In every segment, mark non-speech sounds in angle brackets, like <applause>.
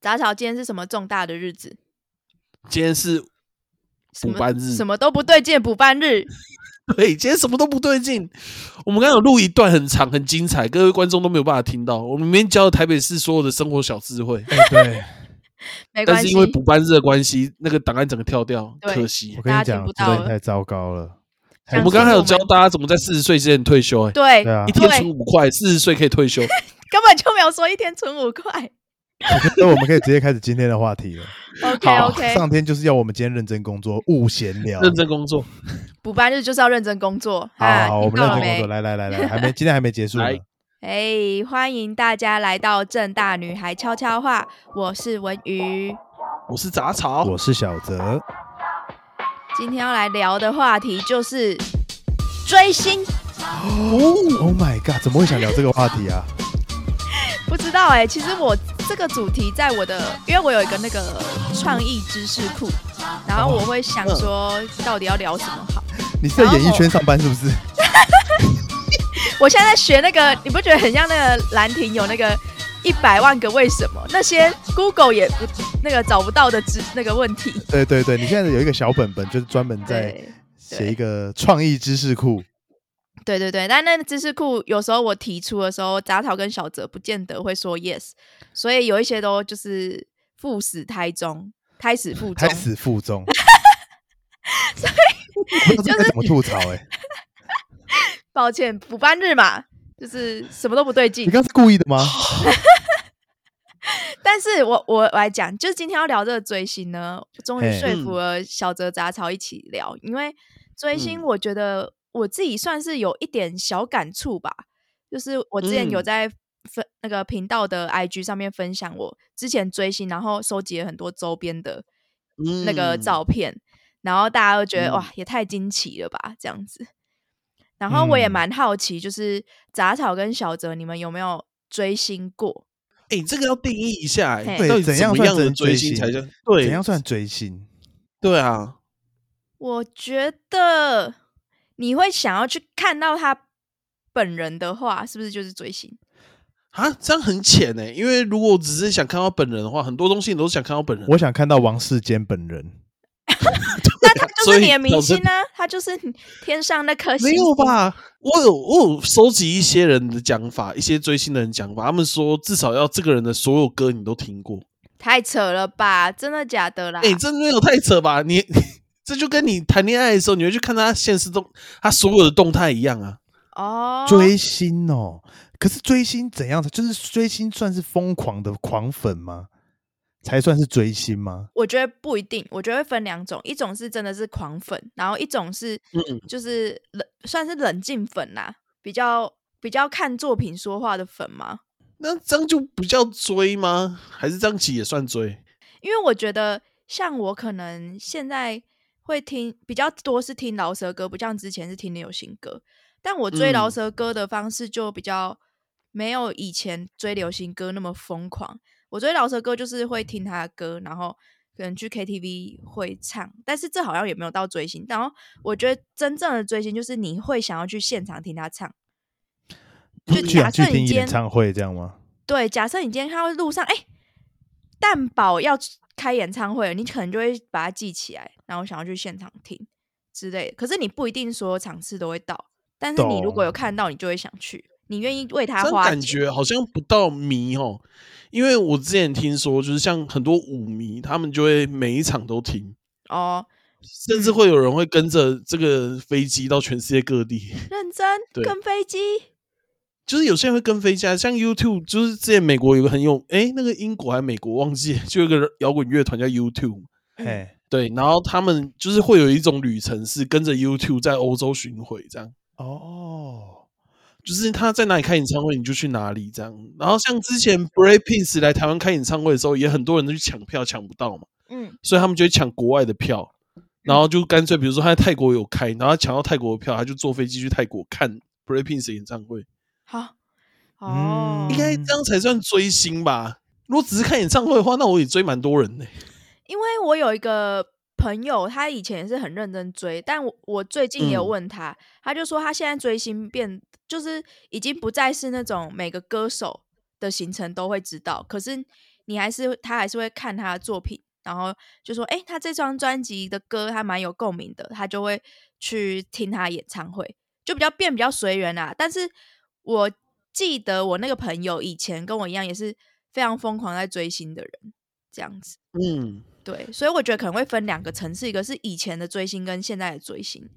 杂草今天是什么重大的日子？今天是 <laughs> 什补么班日什，么都不对劲，补班日。对，今天什么都不对劲。我们刚刚有录一段很长很精彩，各位观众都没有办法听到。我们里面教了台北市所有的生活小智慧，哎、对，没但关是系因，为补班日的关系，那个档案整个跳掉，对可惜我。跟大你家听讲，不真到的了太糟糕了。像我们是刚刚有我教们大家怎么在四十岁之前退休、哎，对对，啊一，天存五块，四十岁可以退休。根本就没有说一天存五块。那我们可以直接开始今天的 <laughs> 话题了。 OK 哎 <laughs> OK，上天就是要我们今天认真工作，勿闲聊。认真工作，补班日就是要认真工作好啊！好，我听们到认了真工没作。？来来来 <laughs> 来，还没，今天还没结束呢。来哎，欢迎大家来到正大女孩悄悄话，我是文瑜。我是杂草，我是小泽，哦今天要来聊的话题就是追星， Oh my god！怎么会想聊这个话题啊？不知道哎、其实我这个主题在我的，因为我有一个那个创意知识库，然哦后我会想嗯说到底要聊什么好。你是在演艺圈上班是不是？我现在在学那个，你不觉得很像那个兰亭有那个一百万个为什么？那些 Google 也不那个找不到的知那个问题。对对对，你现在有一个小本本，就是专门在对写一个创意知识库。对对对，但那个知识库有时候我提出的时候，杂草跟小泽不见得会说 yes，所以有一些都就是赴死胎中，开始腹开中。始 <laughs> 附中。所以不知道该怎么吐槽哎、抱歉，补班日嘛，就是什么都不对你劲。刚刚是故意的吗？但是我我来讲，就是今天要聊这个追星呢，终于嘿说嗯服了小泽杂草一起聊，因为追星，嗯我觉得我自己算是有一点小感触吧，就是我之前有嗯在分、那个频道的 IG 上面分享我之前追星，然后收集了很多周边的那个嗯照片，然后大家都觉得、嗯哇，也太惊奇了吧，这样子。然后我也嗯蛮好奇，就是杂草跟小泽，你们有没有追星过？哎、这个要定义一下、哎，嘿到底对怎怎样么算样的真追追星星才叫对？怎样算追星？对啊，我觉得你会想要去看到他本人的话，是不是就是追星？啊，这样很浅哎、因为如果只是想看到本人的话，很多东西你都是想看到本人。我想看到王世坚本人。那他就所是以你的明小星泽啊，他就是你天上那颗星。没有？吧？我有我有收集一些人的讲法，一些追星的人讲法，他们说至少要这个人的所有歌你都听过。太扯了吧！真的假的啦？哎、这没有太扯吧？你 <laughs> 这就跟你谈恋爱的时候，你会去看他现实动他所有的动态一样啊。哦，追星哦，可是追星怎样才就是追星算是疯狂的狂粉吗？才算是追星吗？我觉得不一定，我觉得会分两种，一种是真的是狂粉，然后一种是嗯，就是冷，算是冷静粉啦，比较比较看作品说话的粉嘛。那这样就不叫追吗？还是这样子也算追？因为我觉得像我可能现在会听比较多是听饶舌歌，不像之前是听流行歌。但我追饶嗯舌歌的方式就比较没有以前追流行歌那么疯狂。我追饶舌歌就是会听他的歌，然后可能去 KTV 会唱，但是这好像也没有到追星。然后我觉得真正的追星就是你会想要去现场听他唱，就去假啊去设听你今天演唱会这样吗？对，假设你今天看到路上，哎、蛋堡要出开演唱会了，你可能就会把它记起来，然后想要去现场听之类的。可是你不一定所有场次都会到，但是你如果有懂看到，你就会想去，你愿意为他这样花感钱。觉好像不到迷哦，因为我之前听说，就是像很多舞迷，他们就会每一场都听，哦，甚至会有人会跟着这个飞机到全世界各地。认真对跟飞机就是有些人会跟飞机啊，像 YouTube，就是之前美国有个很有，诶，那个英国还是美国忘记了， <laughs> 就有一个摇滚乐团叫 YouTube，嗯嘿，对，然后他们就是会有一种旅程是跟着 YouTube 在欧洲巡回这样。哦，就是他在哪里开演唱会，你就去哪里这样。然后像之前 Brad p i n s 来台湾开演唱会的时候，也很多人都去抢票，抢不到嘛，嗯，所以他们就会抢国外的票，然后就干脆比如说他在泰国有开，然后他抢到泰国的票，他就坐飞机去泰国看 Brad p i n s 演唱会，好，哦，嗯应该这样才算追星吧。如果只是看演唱会的话，那我也追蛮多人的、因为我有一个朋友，他以前也是很认真追，但我我最近也有嗯问他，他就说他现在追星变就是已经不再是那种每个歌手的行程都会知道，可是你还是他还是会看他的作品，然后就说，哎、他这张专辑的歌他蛮有共鸣的，他就会去听他演唱会，就比较变比较随缘啦。但是我记得我那个朋友以前跟我一样也是非常疯狂在追星的人，这样子。嗯，对，所以我觉得可能会分两个层次，一个是以前的追星跟现在的追星，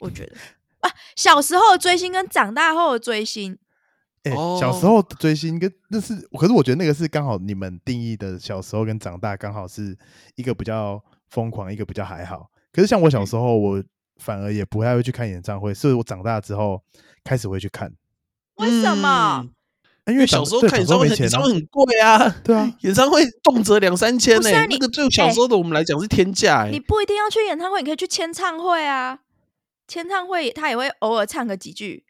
我觉嗯得啊，小时候的追星跟长大后的追星，哎、哦小时候的追星跟那是，可是我觉得那个是刚好你们定义的小时候跟长大刚好是一个比较疯狂，一个比较还好。可是像我小时候，我反而也不太会去看演唱会，是我长大之后开始会去看。为什么嗯啊因因为为长小时候对看演小唱会，没演钱唱啊会，很贵啊。对啊，演唱会动辄两三千不呢、是啊你那个对小时候的我们来讲是天价哎、你不一定要去演唱会，你可以去签唱会啊，签唱会他也会偶尔唱个几句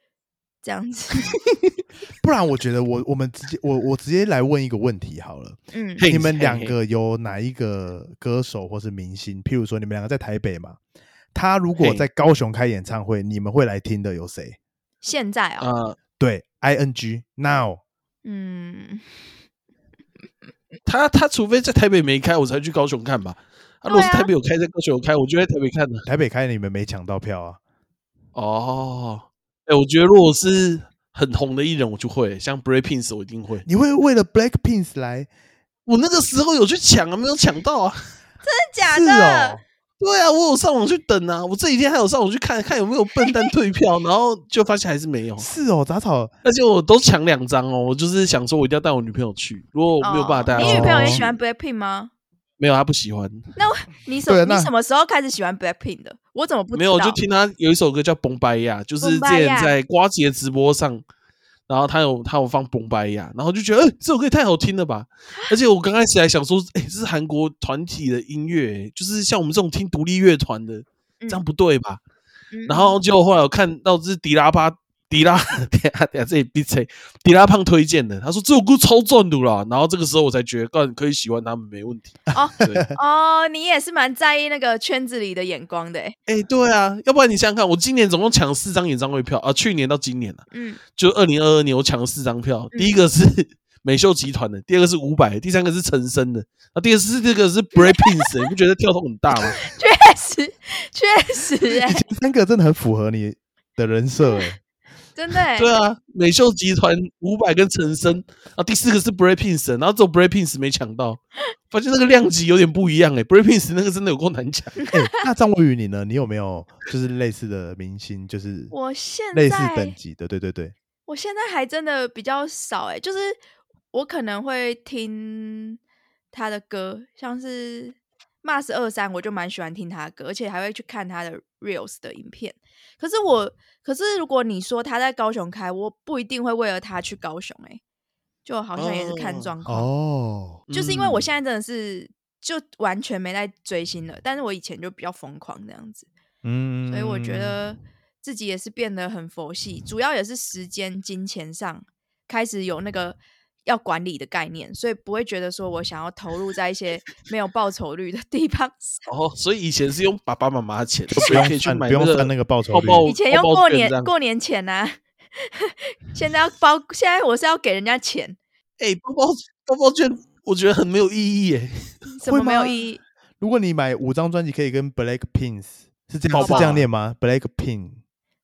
这样子，不然我觉得我我们直接我我直接来问一个问题好了，嗯，嘿你们嘿两嘿个有哪一个歌手或是明星？譬如说你们两个在台北嘛，他如果嘿在高雄开演唱会，你们会来听的有谁？现在哦，呃，对，I N G Now。嗯，他他除非在台北没开，我才去高雄看吧。啊，如果是对啊台北有开，在高雄有开，我就在台北看的。台北开你们没抢到票啊？哦，哎、我觉得如果是很红的艺人，我就会像 Breakins，我一定会。你会为了 Blackpink 来？我那个时候有去抢啊，没有抢到啊。真假是的哦？，对啊，我有上网去等啊，我这几天还有上网去看看有没有笨蛋退票，然后就发现还是 <laughs> 没有。是哦，杂草而且我都抢两张哦，我就是想说我一定要带我女朋友去，如果我没有办法带她你去，女朋友也喜哦欢 BLACKPINK 吗？没有她不喜欢，你什对你那什么时候开始喜欢 BLACKPINK 的？我怎么不知道？啊没有，我就听她有一首歌叫《崩白亚》，就是之崩白前呀在瓜姐直播上，然后她有她有放《崩白亚》，然后就觉得、欸、这首歌也太好听了吧！而且我刚开始还想说，哎、这是韩国团体的音乐、就是像我们这种听独立乐团的，这样嗯不对吧？嗯，然后结果后来我看到这是迪拉巴迪拉， <laughs> 等一下等一下这里闭嘴，迪拉胖推荐的，他说这首歌超赞的啦。然后这个时候我才觉得，干可以喜欢他们没问题。哦对，哦，你也是蛮在意那个圈子里的眼光的欸，哎、对啊，要不然你想想看，我今年总共抢了四张演唱会票啊，去年到今年啊，嗯，就二零二二年我抢了四张票，嗯第一个是 <laughs> 美秀集团的，第二个是伍佰，第三个是陈升的，啊，第二个是这个是 Breakpins，的你不觉得跳动很大吗？确实，确 <laughs> 实、欸，三个真的很符合你的人设哎。真的、欸，对啊，美秀集团五百跟陈升，然后第四个是 Breakpins，然后只有 Breakpins 没抢到，发现那个量级有点不一样哎、欸、，Breakpins 那个真的有够难抢。哎，那张伟宇你呢？你有没有就是类似的明星，就是我现类似在等级的？对对对，我现在还真的比较少哎、就是我可能会听他的歌，像是 Mars 二三，我就蛮喜欢听他的歌，而且还会去看他的 Reels 的影片。可是我，可是如果你说他在高雄开，我不一定会为了他去高雄哎、就好像也是看哦状况。哦，就是因为我嗯现在真的是就完全没在追星了，但是我以前就比较疯狂这样子，嗯，所以我觉得自己也是变得很佛系，主要也是时间、金钱上开始有那个要管理的概念，所以不会觉得说我想要投入在一 <laughs> 些没有报酬率的地方 <laughs> 上。哦，所以以前是用爸爸妈妈的钱，不所以用可以去算买不用个算那个报酬包率包以前用包包过券年这样过年钱呐、 <laughs> 现在要包，现在我是要给人家钱，哎、包包包包券，我觉得很没有意义哎、什会么没有吗意义？如果你买五张专辑，可以跟 Blackpink 是这样抱是这抱样念吗？Blackpink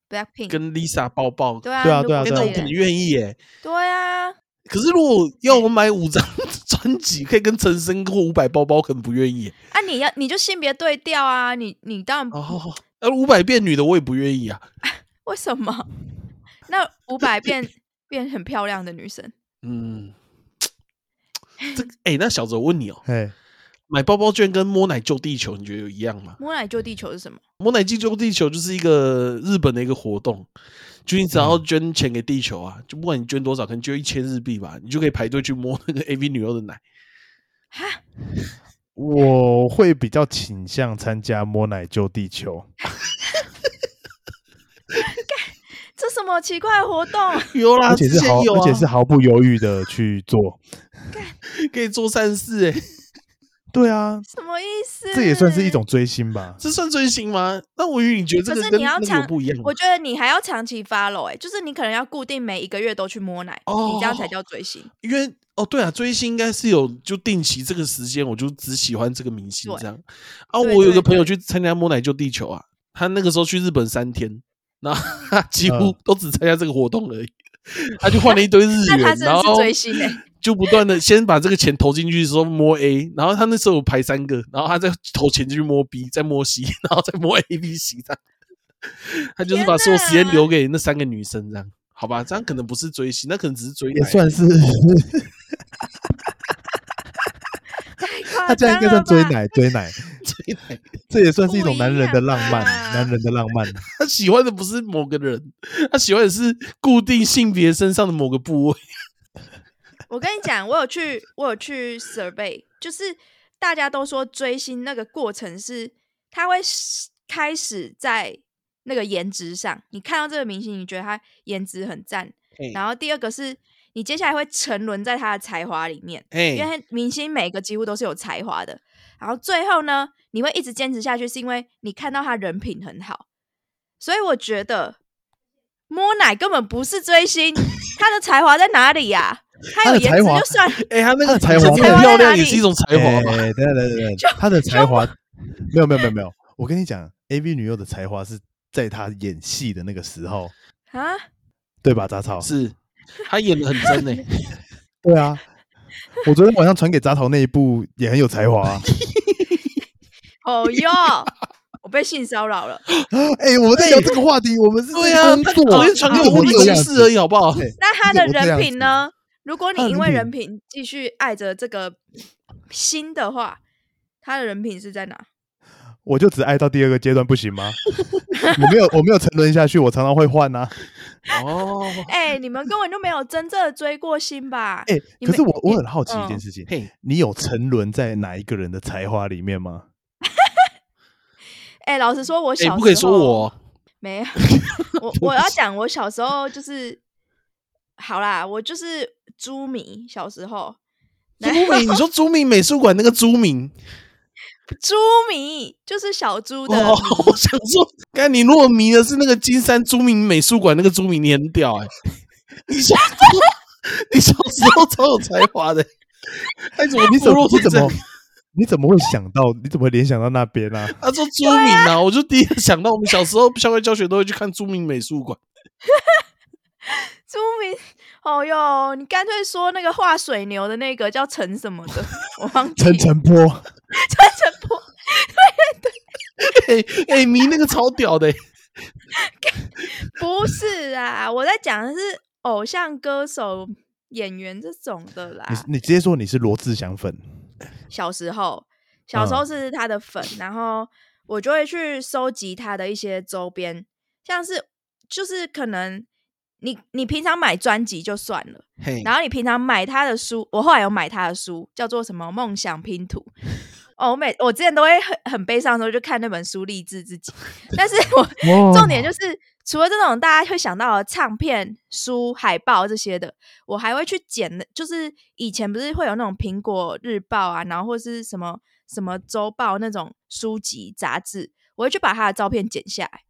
Blackpink，跟 Lisa 抱抱，对啊，对啊如对啊果哎、对那啊我可以可能的愿意哎、对啊，可是如果要我买五张 <laughs> 专辑，可以跟陈升或五百包包，我可能不愿意、欸。啊，你要你就性别对调啊，你你当然不、哦，那五百变女的我也不愿意啊。为什么？ <laughs> 那五百变变很漂亮的女生，嗯，这个哎、那小泽，我问你哦，嘿，买包包券跟摸奶救地球，你觉得有一样吗？摸奶救地球是什么？摸奶救地球就是一个日本的一个活动，就你只要嗯捐钱给地球啊，就不管你捐多少，可能捐一千日币吧，你就可以排队去摸那个 AV 女优的奶。哈，我会比较倾向参加摸奶救地球。这什么奇怪的活动？ <laughs> 有啦，而且之是前毫，有、而啊，且是毫不犹豫的去做。可以做善事哎、对啊，什么意思？这也算是一种。追星吧？这算追星吗？那我与你觉得这可个是跟你要那个有长不一样吗我觉得你还要长期 follow，哎、就是你可能要固定每一个月都去摸奶，你这样才哦叫追星。因为哦，对啊，追星应该是有就定期这个时间，我就只喜欢这个明星对这样。啊，对我有一对个朋友去参加《摸奶救地球》啊，他那个时候去日本三天，然后他几乎嗯都只参加这个活动而已，他就换了一堆日 <laughs> 那元，他真然的是后追星欸就不断的先把这个钱投进去，说摸 A，然后他那时候有排三个，然后他再投钱进去摸 B，再摸 C，然 <laughs> 后再摸 A、B、C 这样。他就是把所有时间天哪留给那三个女生这样，好吧？这样可能不是追星，那可能只是追也奶算 <laughs> 是，太夸 <laughs> <laughs> 他这样应该算张追了吧奶追奶，追奶。这也算是一不种一男人的样浪漫，吧男人的浪漫。他喜欢的不是某个人，他喜欢的是固定性别身上的某个部位。我跟你讲，我有去，我有去 survey，就是大家都说追星那个过程是，他会是开始在那个颜值上，你看到这个明星，你觉得他颜值很赞，然后第二个是你接下来会沉沦在他的才华里面，哎因为明星每个几乎都是有才华的，然后最后呢，你会一直坚持下去，是因为你看到他人品很好，所以我觉得摸奶根本不是追星，他的才华在哪里呀、他有的颜才值华就算了，哎，他那个才华很在哪里漂亮也是一种才华吧？哎等等等等等，他的才华没有没有没有没有，我跟你讲，A V 女优的才华是在她演戏的那个时候，啊，对吧？杂草是，他演的很真欸诶、对啊，我昨天晚上传给杂草那一部也很有才华啊、哦哟，我被性骚扰了，哎、我们在聊这个话题，我们是 <laughs> 对啊，工他作昨天传给你怎我么问你这公样事子而已，好不好？对那他你的怎么这人样品子呢？如果他你因的人为品人品继续爱着这个心的话，他的人品是在哪？我就只爱到第二个阶段，不行吗？ <laughs> 我没有，我没有沉沦下去，我常常会换啊。 <laughs> 哦，哎、你们根本就没有真正的追过星吧？哎、你可没是我你我很好奇一件嗯事情，嘿，你有沉沦在哪一个人的才华里面吗？哎、老实说，我哎，小不可以时说候我哦，没 <laughs> 有，我我要讲我小时候就是，好啦，我就是猪迷，小时候朱敏，你说朱敏美术馆那个朱敏，猪迷就是小猪的迷，哦，我想说，看你如果迷的是那个金山朱明美术馆那个朱明，你很屌哎、 <laughs> 你小时候， <laughs> 你小时候超有才华的、哎，怎么 <laughs> 你怎落么成你怎这样么？你怎么会想到？你怎么会联想到那边啊？ <laughs> 他说朱明啊，我就第一个想到我们小时候校外教学都会去看朱明美术馆。 <laughs> 猪迷。哦哟，你干脆说那个画水牛的那个叫陈什么的，我忘记陈了晨 <laughs> 波，陈陈波，哎、哎、迷那个超屌的、哎不是啊，我在讲的是偶像歌手、演员这种的啦。你你直接说你是罗志祥粉，小时候，小时候嗯是他的粉，然后我就会去收集他的一些周边，像是就是可能你你平常买专辑就算了，嘿，然后你平常买他的书，我后来有买他的书，叫做什么《梦想拼图》。哦，我每我之前都会很很悲伤的时候就看那本书励志自己，但是我哦重点就是，除了这种大家会想到的唱片、书、海报这些的，我还会去捡的，就是以前不是会有那种苹果日报啊，然后或是什么什么周报那种书籍、杂志，我会去把他的照片剪下来，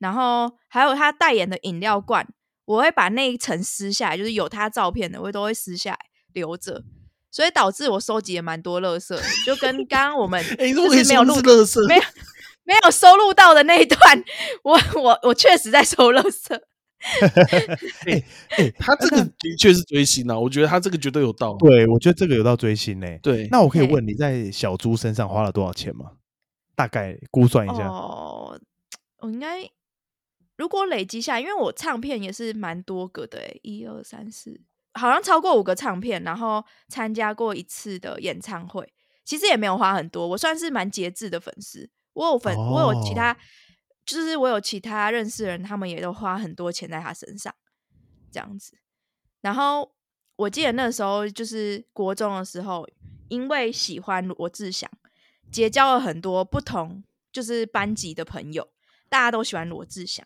然后还有他代言的饮料罐，我会把那一层撕下来，就是有他照片的，我都会撕下来留着。所以导致我收集也蛮多垃圾的，就跟刚刚我们哎、你怎就么可以是没有录说那是乐 <laughs> 色？没有没有收录到的那一段，我我我确实在收垃圾。哎他这个嗯的确是追星啊，我觉得他这个绝对有道理。对我觉得这个有到追星呢、对，那我可以嘿问你在小猪身上花了多少钱吗？大概估算一下，哦，我应该如果累积下来，因为我唱片也是蛮多个的、欸，一二三四，好像超过五个唱片，然后参加过一次的演唱会，其实也没有花很多，我算是蛮节制的粉丝。我有粉，我有其他，就是我有其他认识的人，他们也都花很多钱在他身上，这样子。然后我记得那时候就是国中的时候，因为喜欢罗志祥，结交了很多不同就是班级的朋友，大家都喜欢罗志祥，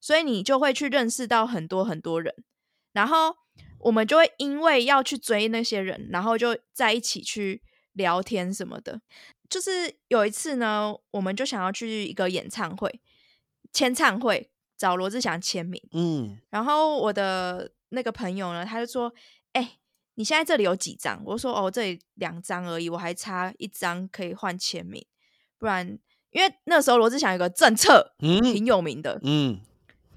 所以你就会去认识到很多很多人，然后我们就会因为要去追那些人，然后就在一起去聊天什么的。就是有一次呢，我们就想要去一个演唱会，签唱会找罗志祥签名。嗯，然后我的那个朋友呢，他就说：“哎、你现在这里有几张？”我就说：“哦，这里两张而已，我还差一张可以换签名，不然因为那时候罗志祥有个政策嗯挺有名的，嗯，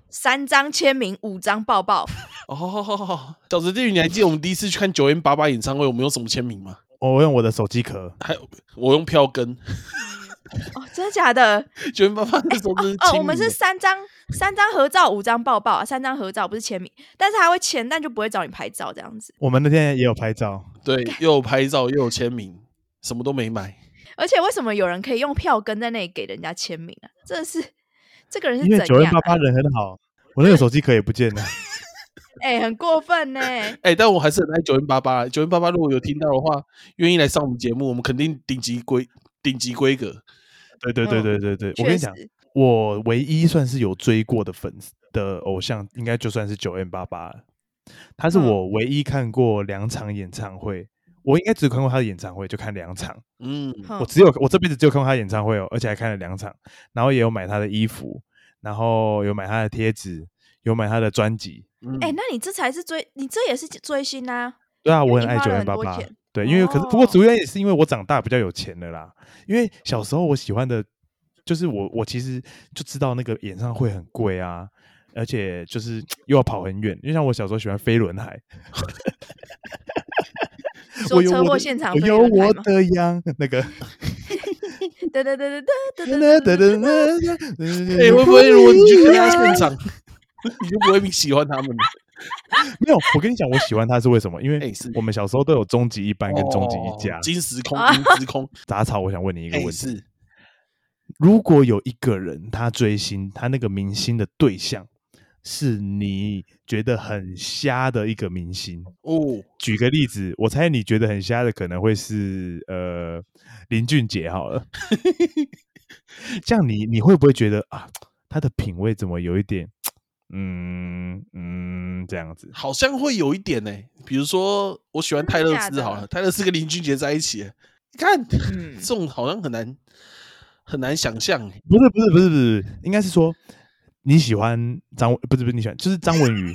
三张签名，五张抱抱。哦，小泽地狱，你还记得我们第一次去看九 N 八八演唱会，我们用什么签名吗？我用我的手机壳，还有我用票根，哦，真的假的？九 N 八八那时候真是哦，亲我们民是欸三张三张合照，五张抱抱、啊，三张合照不是签名，但是还会签，但就不会找你拍照这样子。我们那天也有拍照，对，又有拍照又有签名，什么都没买。而且为什么有人可以用票根在那里给人家签名啊？真的是这个人是因为九怎零样、八啊？八人很好，我那个手机壳也不见了。 <laughs> 哎、很过分呢、哎、但我还是很爱九 N 八八。啊九 N 八八如果有听到的话，愿意来上我们节目，我们肯定顶级规顶级规格。对对嗯对对对对，我跟确你实讲，，我唯一算是有追过的粉丝的偶像，应该就算是九 N 八八了。他是嗯我唯一看过两场演唱会，我应该只看过他的演唱会，就看两场。嗯，哼我只有我这辈子只有看过他的演唱会哦，而且还看了两场，然后也有买他的衣服，然后有买他的贴纸，有买他的专辑。嗯哎、那你这才是追，你这也是追星啊！对啊，我你很爱花九了零很八多八钱。对，因为可是不过哦主要也是因为我长大比较有钱了啦。因为小时候我喜欢的，就是我我其实就知道那个演唱会很贵啊，而且就是又要跑很远。就像我小时候喜欢飞轮海，说有车我祸的现场我飞有轮海我吗的羊，那个。对对对对 <laughs> 对对对对对对，哎、哎会不会如果你去看 <laughs> 他啊现场，你就不会喜欢他们了？没有，我跟你讲，我喜欢他是为什么？因哎为是我们小时候都有终极一班跟终极哦一家。金时空，啊金时空，杂草，我想 <laughs> 问你一个哎、问题：是，如果有一个人他追星，他那个明星的对象是你觉得很瞎的一个明星，哦，举个例子，我猜你觉得很瞎的可能会是呃林俊杰好了， <laughs> 这样你你会不会觉得啊，他的品味怎么有一点，嗯嗯这样子？好像会有一点呢、比如说，我喜欢泰真的勒假斯好了，的泰勒斯跟林俊杰在一起，你看、嗯这种好像很难很难想象、欸。不是不是不是不是，应该是说你喜欢张文，不是不是你喜欢，就是张文宇。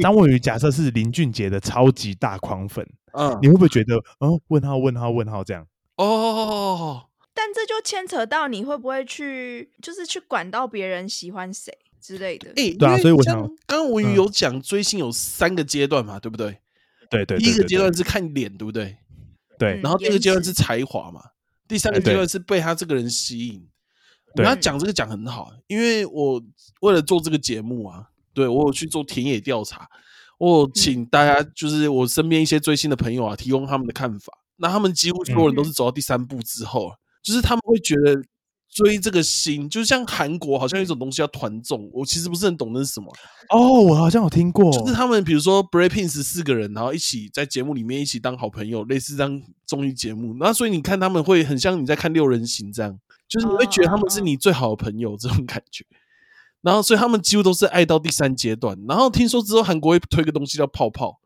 张文宇假设是林俊杰的超级大狂粉，嗯，你会不会觉得，嗯，问号问号问号这样？哦，但这就牵扯到你会不会去，就是去管到别人喜欢谁之类的。哎、对啊因为所以我像想刚刚文宇嗯有讲追星有三个阶段嘛，对不对？对对对，第一个对阶段是看脸，对不对？对嗯然后第二个阶段颜值是才华嘛，第三哎个阶对段是被他这个人吸引。你对要讲这个讲很好，因为我为了做这个节目啊，对我有去做田野调查，嗯我有请大家就是我身边一些追星的朋友啊，提供他们的看法。那他们几乎所嗯有人都是走到第三步之后啊，就是他们会觉得追这个星，就像韩国好像有一种东西叫团综，我其实不是很懂那是什么，哦，我好像有听过，就是他们比如说 Breaking 十四个人，然后一起在节目里面一起当好朋友，类似这样综艺节目。那所以你看他们会很像你在看六人行这样，就是你会觉得他们是你最好的朋友这种感觉。然后所以他们几乎都是爱到第三阶段。然后听说之后韩国会推个东西叫泡泡。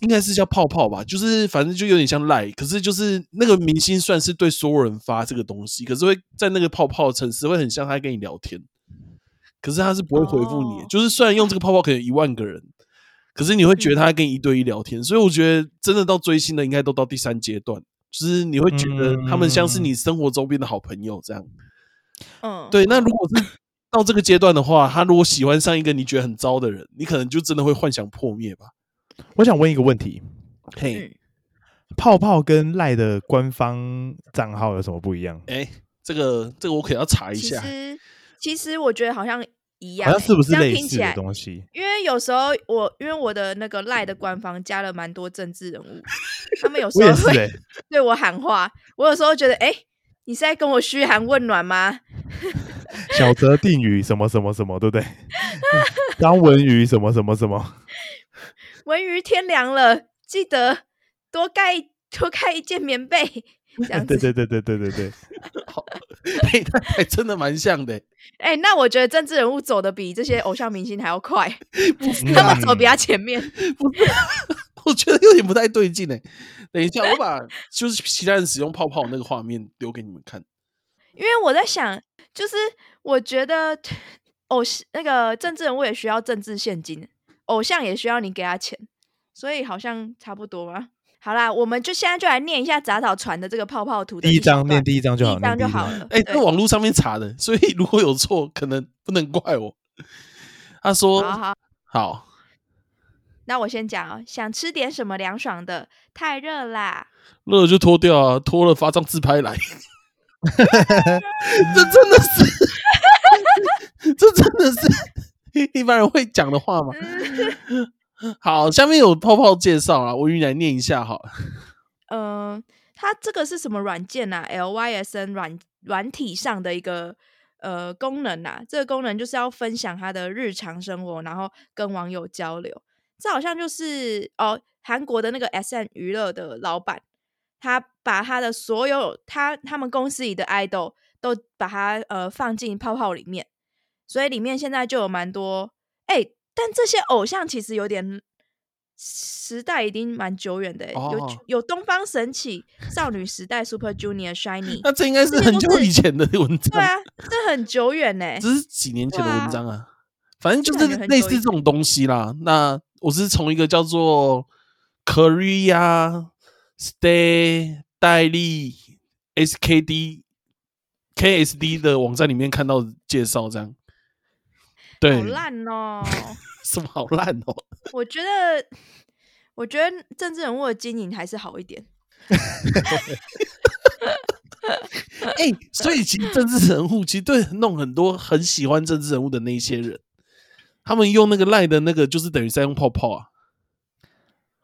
应该是叫泡泡吧，就是反正就有点像赖，可是就是那个明星算是对所有人发这个东西，可是会在那个泡泡的城市会很像他跟你聊天，可是他是不会回复你的，哦就是虽然用这个泡泡可能有一万个人，可是你会嗯觉得他在跟你一对一聊天，所以我觉得真的到追星的应该都到第三阶段，就是你会觉得他们像是你生活周边的好朋友这样。嗯，对，那如果是到这个阶段的话，他如果喜欢上一个你觉得很糟的人，你可能就真的会幻想破灭吧。我想问一个问题：嘿，嗯，泡泡跟赖的官方账号有什么不一样？哎，这个这个我可能要查一其下。实其实我觉得好像一样、好欸，像是不是这样类听似起的来东西？因为有时候我因为我的那个赖的官方加了蛮多政治人物，他们有时 <laughs> 我也候是会哎、对我喊话，我有时候觉得哎。诶你是在跟我嘘寒问暖吗？小泽定语什么什么什么，对不对？张文宇什么什么什么，文娱天凉了，记得多盖多盖一件棉 <laughs> 被，这样对子。对对对对对对，嘿，那还真的蛮像的。欸哎、那我觉得政治人物 <laughs> 走的比这些偶像明星还要快，嗯他们走比较前面。 <laughs> 我觉得有点不太对劲哎、等一下，我把就是其他人使用泡泡那个画面丢给你们看。因为我在想，就是我觉得 <laughs> 偶像那个政治人物也需要政治现金，偶像也需要你给他钱，所以好像差不多吧。好啦，我们就现在就来念一下杂草传的这个泡泡图的第一这小张念段第一张就好，第一张念就第一好张了。哎、对在网络上面查的，所以如果有错，可能不能怪我。他说好好，好那我先讲哦，想吃点什么凉爽的？太热啦！热就脱掉啊，脱了发张自拍来。这真的是，这真的是一般人会讲的话吗？好，下面有泡泡介绍啦，我给你来念一下好了。嗯，它这个是什么软件呐、啊、？LYSN 软软体上的一个呃功能呐、这个功能就是要分享他的日常生活，然后跟网友交流。这好像就是哦，韩国的那个 SM 娱乐的老板，他把他的所有他他们公司里的 idol 都把它呃放进泡泡里面，所以里面现在就有蛮多哎，但这些偶像其实有点时代已经蛮久远的欸、哦有有东方神起、少女时代、Super Junior、Shiny， <laughs> 那这应该是很久以前的文章，对啊，这很久远呢、只是几年前的文章啊。反正就这感是觉很类久似以这种东西啦。那我是从一个叫做 Korea Stay 戴利 SKD KSD 的网站里面看到的介绍，这样。对好，烂哦、什么好烂 <laughs> 哦？我觉得，我觉得政治人物的经营还是好一点。哎、所以其实政治人物其实对弄很多很喜欢政治人物的那一些人，他们用那个赖的那个，就是等于在用泡泡啊。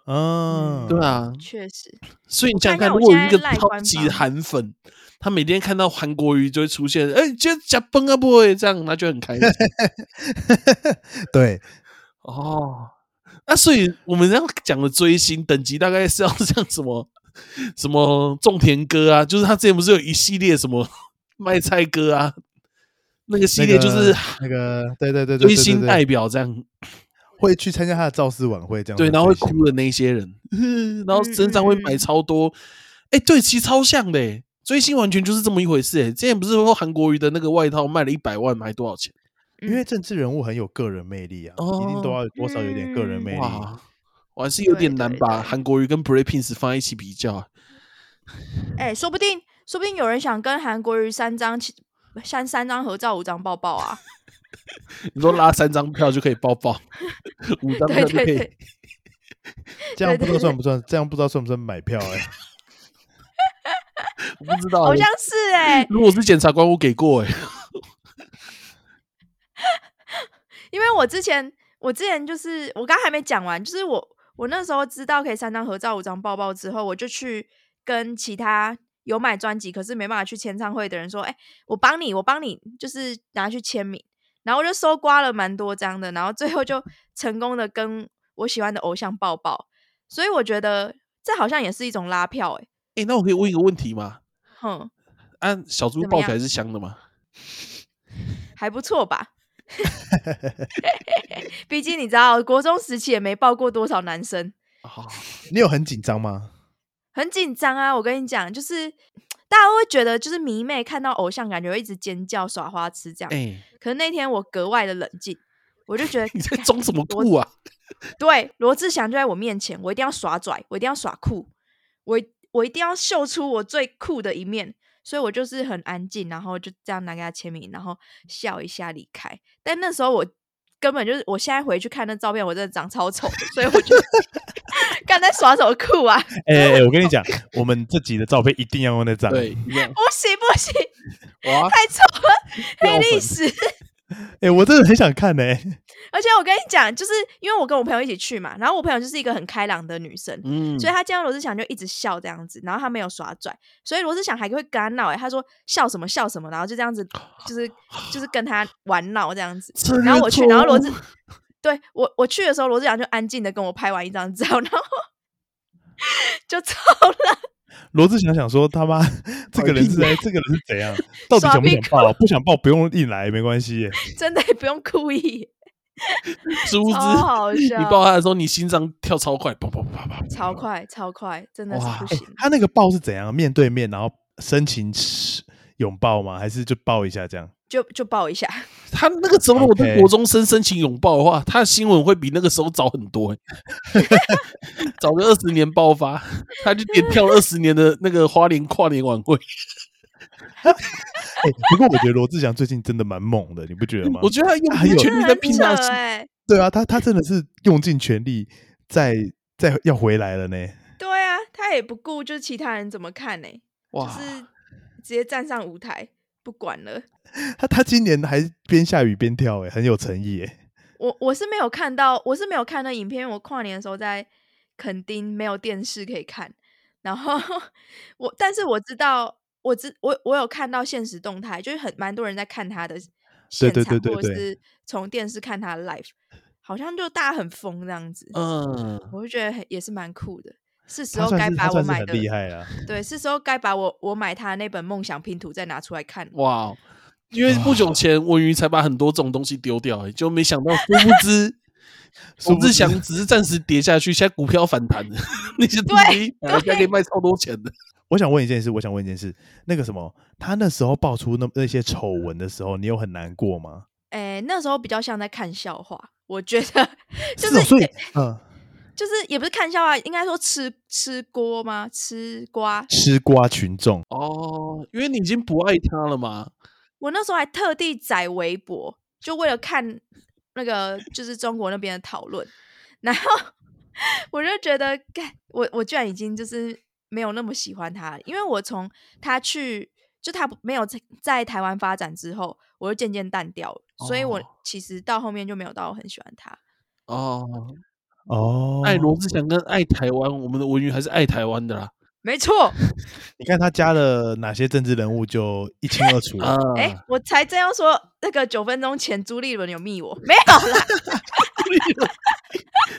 嗯，对啊，确实，所以你想想看看，一下如我果有现一在个赖超官级方韩粉，他每天看到韩国瑜就会出现，哎、今天假崩啊不会这样，他就很开 <laughs> 心对，哦。那所以我们这样讲的追星等级大概是要 <laughs> 像什么什么种田歌啊，就是他之前不是有一系列什么 <laughs> 卖菜歌啊，那个系那列个就是那个，对对对对，追对星对代表这样，会去参加他的造势晚会这样子对，的然后会追星，哭的那些人， <laughs> 然后身上会买超多，哎、对，其实超像的、欸，追星完全就是这么一回事、欸。之前不是说韩国瑜的那个外套卖了一百万吗，还多少钱？因为政治人物很有个人魅力啊，一定都哦要有多少有点个人嗯魅力。哇，我还是有点对难对把对韩国瑜跟 Blackpink 放在一起比较、啊。哎、说不定，说不定有人想跟韩国瑜三张起，三三张合照，五张抱抱啊！你说拉三张票就可以抱抱，五张对票就可对以，对，这样对不知对对道算不算？这样不知道算不算买票哎、我不知道 <laughs> 好欸。像是 <laughs> 哎、如果是检察官，我给过哎、因为我之前，我之前就是我刚还没讲完，就是我我那时候知道可以三张合照、五张抱抱之后，我就去跟其他有买专辑可是没办法去签唱会的人说：“哎、我帮你，我帮你，就是拿去签名。”然后我就搜刮了蛮多张的，然后最后就成功的跟我喜欢的偶像抱抱，所以我觉得这好像也是一种拉票、欸，哎，哎、那我可以问一个问题吗？哼，啊，小猪怎么抱起样来是香的吗？还不错吧？ <laughs> 毕竟你知道，国中时期也没抱过多少男生。啊， <laughs> 你有很紧张吗？很紧张啊！我跟你讲，就是大家会觉得，就是迷妹看到偶像，感觉会一直尖叫、耍花痴这样。哎、可是那天我格外的冷静，我就觉得 <laughs> 你在干装什么酷啊？对，罗志祥就在我面前，我一定要耍拽，我一定要耍酷，我一我一定要秀出我最酷的一面。所以我就是很安静，然后就这样拿给他签名，然后笑一下离开。但那时候我根本就是，我现在回去看那照片，我真的长超丑的，所以我就 <laughs> 刚才耍什么酷啊？ <laughs> 哎、哎、我跟你讲，我们这集的照片一定要用那张。对，一样不行不行，哇，太丑了， <laughs> 黑掉历粉史。 <laughs> 哎、我真的很想看呢、而且我跟你讲，就是因为我跟我朋友一起去嘛，然后我朋友就是一个很开朗的女生，嗯，所以她见到罗志祥就一直笑这样子，然后她没有耍拽，所以罗志祥还会跟她闹、欸，她说笑什么笑什么，然后就这样子，就是就是跟她玩闹这样子。然后我去，然后罗志， <laughs> 对我我去的时候，罗志祥就安静的跟我拍完一张照，然后 <laughs> 就走了。 <laughs> 罗志祥想说他妈这个人是在这个人是怎样？到底想不耍想屁报？不想报不用硬来，没关系耶、真的不用故意，殊 <laughs> 不知超好你笑抱他的时候，你心脏跳超快，砰砰砰砰砰，啊超快超快，真的是哇不哎行。他那个抱是怎样？面对面，然后深情嘶拥抱吗？还是就抱一下这样？ <laughs> 就就抱一下，他那个时候如果在 OK 国中生深情拥抱的话，他的新闻会比那个时候早很多、欸， <laughs> 早个二十年爆发，他就点跳了二十年的那个花莲跨年晚会。哎、不过我觉得罗志祥最近真的蛮猛的，你不觉得吗我？觉得他用很有尽全真力的在很拼扯他的心，哎、对啊，他他真的是用尽全力在在要回来了呢。对啊，他也不顾就是其他人怎么看呢、就哇！是直接站上舞台不管了。他他今年还边下雨边跳、哎，很有诚意、哎。我我是没有看到，我是没有看那影片，因为我跨年的时候在垦丁没有电视可以看，然后我但是我知道，我知我我有看到现实动态，就是很蛮多人在看他的现对场，对对或者对是从电视看他的 live，好像就大家很疯这样子，嗯，我就觉得很也是蛮酷的。是时他候该算是他把我算是买很的，厉害了。啊对，是时候该把我我买他的那本梦想拼图再拿出来看。哇哦！因为不哦久前文娱才把很多这种东西丢掉、欸，就没想到，殊不知 <laughs> 殊罗不知志祥只是暂时跌下去，现在股票反弹了， <laughs> 那些东西本来现在可以卖超多钱的。我想问一件事，我想问一件事，那个什么，他那时候爆出那那些丑闻的时候，你有很难过吗？哎，那时候比较像在看笑话，我觉得 <laughs> 就是哦所以也嗯，就是也不是看笑话，应该说吃吃锅吗？吃瓜。吃瓜群众，哦，因为你已经不爱他了嘛。我那时候还特地载微博，就为了看那个就是中国那边的讨论，然后我就觉得，干我我居然已经就是没有那么喜欢他了，因为我从他去就他不没有在在台湾发展之后，我就渐渐淡掉了，所以我哦其实到后面就没有到很喜欢他。哦，哦，爱罗志祥跟爱台湾，我们的文娱还是爱台湾的啦。 <laughs> 没错，你看他加了哪些政治人物，就一清二楚 <laughs> 啊了。，哎、我才正要说那个九分钟前朱立伦有密我，没有啦，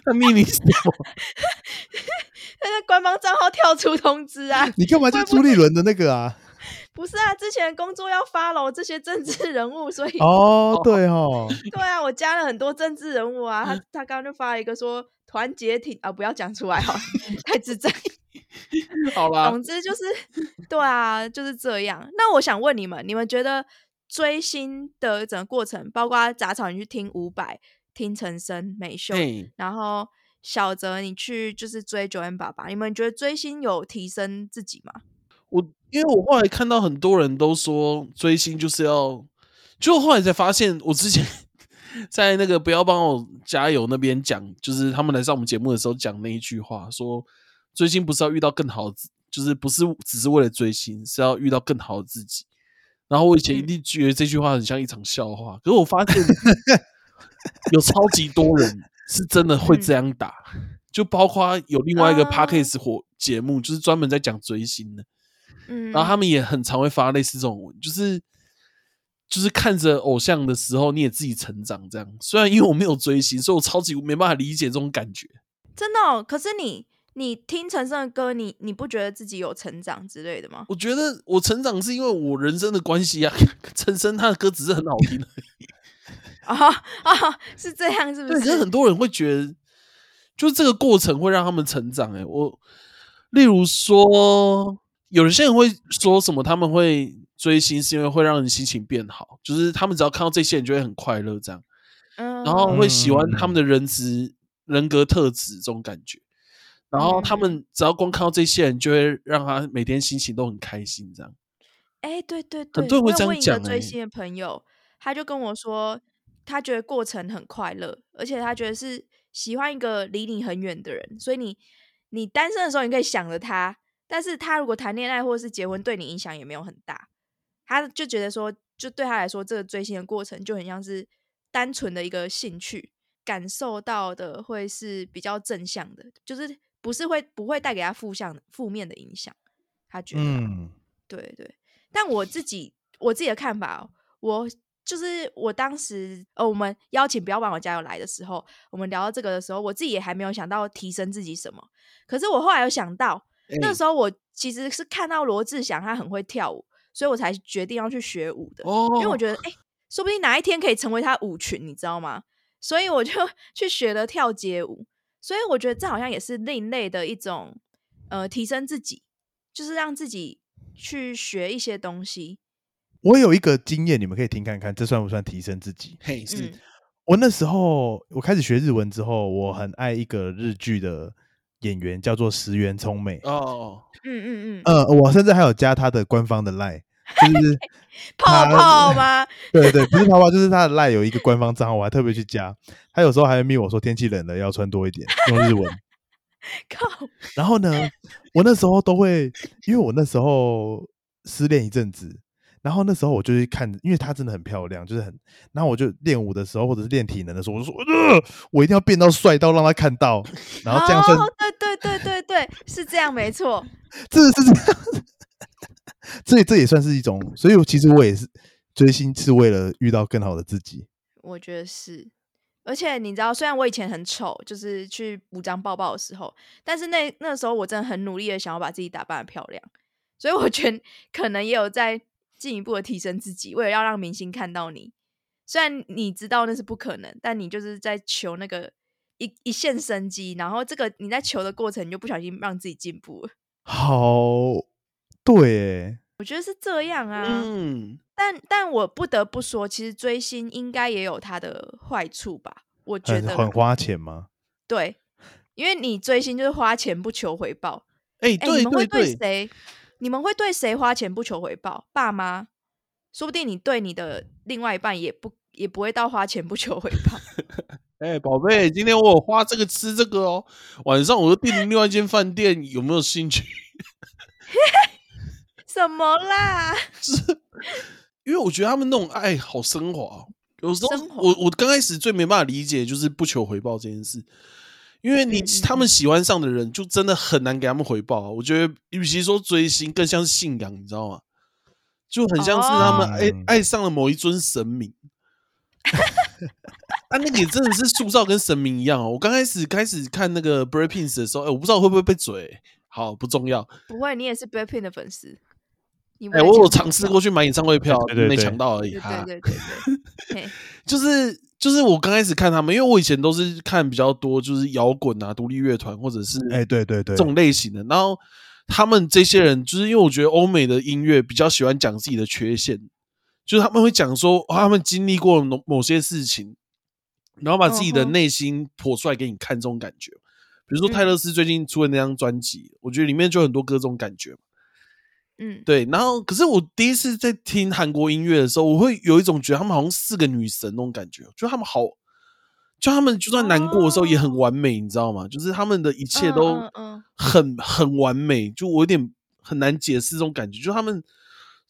那秘密什么？他在官方账号跳出通知啊，你干嘛加朱立伦的那 <laughs> 个啊？不是啊，之前工作要 follow 这些政治人物，所以、哦，对哦，对啊，我加了很多政治人物啊。他他刚刚就发了一个说团结挺啊，不要讲出来好了，太智障。好啦，总之就是，对啊，就是这样。那我想问你们，你们觉得追星的整个过程，包括杂草你去听伍佰、听陈升、美秀，哎，然后小泽你去就是追九 M 爸爸，你们觉得追星有提升自己吗？我因为我后来看到很多人都说追星就是要，就后来才发现，我之前 <laughs> 在那个不要帮我加油那边讲，就是他们来上我们节目的时候讲那一句话，说追星不是要遇到更好的自，就是不是只是为了追星，是要遇到更好的自己。然后我以前一嗯定觉得这句话很像一场笑话，可是我 <laughs> 发现有超级多人是真的会这样打，就包括有另外一个嗯啊 podcast 火节目，就是专门在讲追星的。嗯，然后他们也很常会发类似这种文，就是就是看着偶像的时候，你也自己成长这样。虽然因为我没有追星，所以我超级没办法理解这种感觉。真的、哦，可是你你听陈升的歌，你你不觉得自己有成长之类的吗？ <laughs> 我觉得我成长是因为我人生的关系啊。 <laughs> 陈升他的歌只是很好听而已，啊啊，是这样是不对，可是是很？多人会觉得，就是这个过程会让他们成长、欸。我例如说，有些人会说什么，他们会追星是因为会让人心情变好，就是他们只要看到这些人就会很快乐这样。嗯，然后会喜欢嗯他们的人质、人格特质这种感觉。然后嗯他们只要光看到这些人，就会让他每天心情都很开心。这样，哎，对对对，多人会我有这样问一个讲追哎星的朋友，他就跟我说，他觉得过程很快乐，而且他觉得是喜欢一个离你很远的人，所以你你单身的时候你可以想着他，但是他如果谈恋爱或者是结婚，对你影响也没有很大。他就觉得说，就对他来说，这个追星的过程就很像是单纯的一个兴趣，感受到的会是比较正向的，就是不是会不会带给他负向负面的影响。他觉得啦，嗯，对对，但我自己我自己的看法哦、我就是我当时呃，我们邀请不要往我加油来的时候，我们聊到这个的时候，我自己也还没有想到提升自己什么。可是我后来有想到，嗯那时候我其实是看到罗志祥他很会跳舞，所以我才决定要去学舞的。哦，因为我觉得，哎、说不定哪一天可以成为他舞群，你知道吗？所以我就 <laughs> 去学了跳街舞。所以我觉得这好像也是另类的一种呃提升自己，就是让自己去学一些东西。我有一个经验，你们可以听看看，这算不算提升自己？嘿，是嗯，我那时候我开始学日文之后，我很爱一个日剧的演员，叫做石原聪美。哦，嗯嗯嗯，呃，我甚至还有加他的官方的 line，就是泡他泡吗？ <laughs> 对对，不是泡泡，就是他的 line 有一个官方账号，我还特别去加。他有时候还会密我说天气冷了要穿多一点，用日文。靠，然后呢，我那时候都会，因为我那时候失恋一阵子，然后那时候我就去看，因为她真的很漂亮，就是很，然后我就练舞的时候或者是练体能的时候，我就说，呃、我一定要变到帅到让她看 <laughs> 到，然后这样算，哦，对对对对对，是这样没错。这是这样，这这也算是一种，所以我其实我也是追星是为了遇到更好的自己，我觉得是。而且你知道，虽然我以前很丑，就是去补妆抱抱的时候，但是那那时候我真的很努力的想要把自己打扮的漂亮，所以我觉得可能也有在进一步的提升自己，为了要让明星看到你。虽然你知道那是不可能，但你就是在求那个一一线生机，然后这个你在求的过程，你就不小心让自己进步了。好，对耶，我觉得是这样啊。嗯，但但我不得不说，其实追星应该也有它的坏处吧？我觉很得很啦花钱吗？对，因为你追星就是花钱不求回报。哎，哎、你对们会对对对，谁？你们会对谁花钱不求回报？爸妈？说不定你对你的另外一半也不也不会到花钱不求回报。 <laughs> 哎，宝贝，今天我有花这个吃这个哦，晚上我又订了另外一间饭店，有没有兴趣？什么 <laughs> 啦？因为我觉得他们那种爱好升华哦，有时候升华我我刚开始最没办法理解就是不求回报这件事，因为你、嗯嗯他们喜欢上的人就真的很难给他们回报啊、我觉得与其说追星，更像是信仰，你知道吗？就很像是他们哦爱、爱上了某一尊神明。啊，那个也真的是塑造跟神明一样哦。我刚开始开始看那个 b r a d p i n s 的时候，哎、我不知道会不会被嘴，好不重要。不会，你也是 BLACKPINK 的粉丝。你不哎、会我抢有不尝试到过。去买演唱会票，对对没对抢到而已。对哈对对对对，嘿就是就是我刚开始看他们，因为我以前都是看比较多就是摇滚啊、独立乐团或者是哎、对对对，这种类型的。然后他们这些人，就是因为我觉得欧美的音乐比较喜欢讲自己的缺陷，就是他们会讲说、哦他们经历过某某些事情，然后把自己的嗯哼内心剖出来给你看，这种感觉。比如说嗯泰勒斯最近出的那张专辑，我觉得里面就有很多歌这种感觉。嗯，对，然后可是我第一次在听韩国音乐的时候，我会有一种觉得他们好像四个女神那种感觉，就他们好，就他们就算难过的时候也很完美，你知道吗？就是他们的一切嗯都嗯嗯很很完美，就我有点很难解释这种感觉，就他们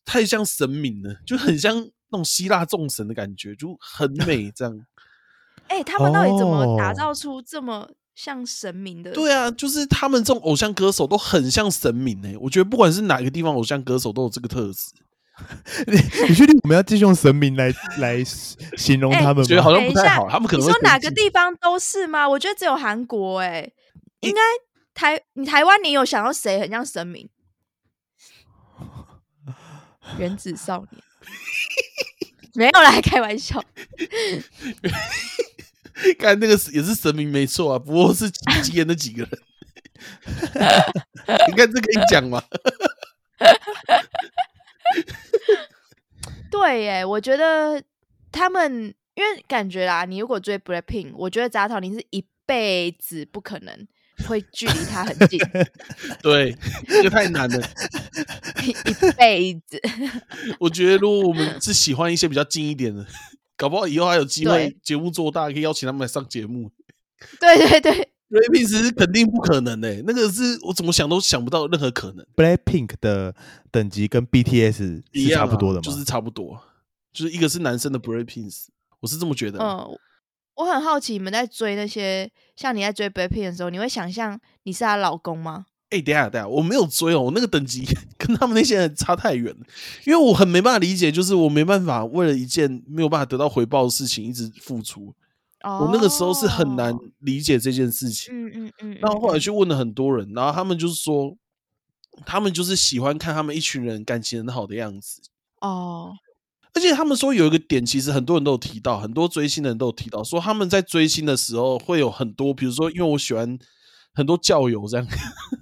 太像神明了，就很像那种希腊众神的感觉，就很 <laughs> 美这样。哎、他们到底怎么打哦造出这么像神明的？对啊，就是他们这种偶像歌手都很像神明哎、我觉得不管是哪个地方偶像歌手都有这个特质，你 <laughs> 你确定我们要继续用神明来来形容哎他们觉得吗？好像等不一太下好，他们可你能会说哪生个气地方都是吗？我觉得只有韩国哎、应该台你台湾你有想到谁很像神明？原子少年没有啦，开玩笑。 <laughs> 看那个是也是神明没错啊，不过 <laughs> 是奇迹的那几个人。你看这可以讲吗？对耶，我觉得他们因为感觉啦，你如果追 BLACKPINK，我觉得杂草你是一辈子不可能会距离他很近， <laughs> 对，这个太难了。一辈子。 <laughs> 我觉得如果我们是喜欢一些比较近一点的，搞不好以后还有机会对节目做大，可以邀请他们来上节目。对对对， r a p i n 是肯定不可能的、那个是我怎么想都想不到任何可能。 Blackpink 的等级跟 BTS 一是样啊差不多的吗？就是差不多，就是一个是男生的 Breakins，我是这么觉得。嗯，我很好奇，你们在追那些像你在追 Blackpink 的时候，你会想象你是她老公吗？哎、等一下等一下，我没有追哦，我那个等级 <laughs> 跟他们那些人差太远了，因为我很没办法理解，就是我没办法为了一件没有办法得到回报的事情一直付出，哦，我那个时候是很难理解这件事情。嗯。嗯嗯嗯。然后后嗯来去问了很多人，然后他们就是说，他们就是喜欢看他们一群人感情很好的样子，哦，而且他们说有一个点，其实很多人都有提到，很多追星的人都有提到，说他们在追星的时候会有很多，比如说因为我喜欢很多教友这样， <laughs>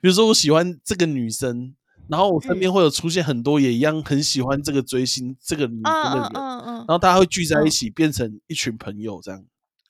比如说我喜欢这个女生，然后我嗯身边会有出现很多也一样很喜欢这个追星这个女生的嗯人，嗯嗯然嗯，后大家会聚在一嗯起变成一群朋友这样。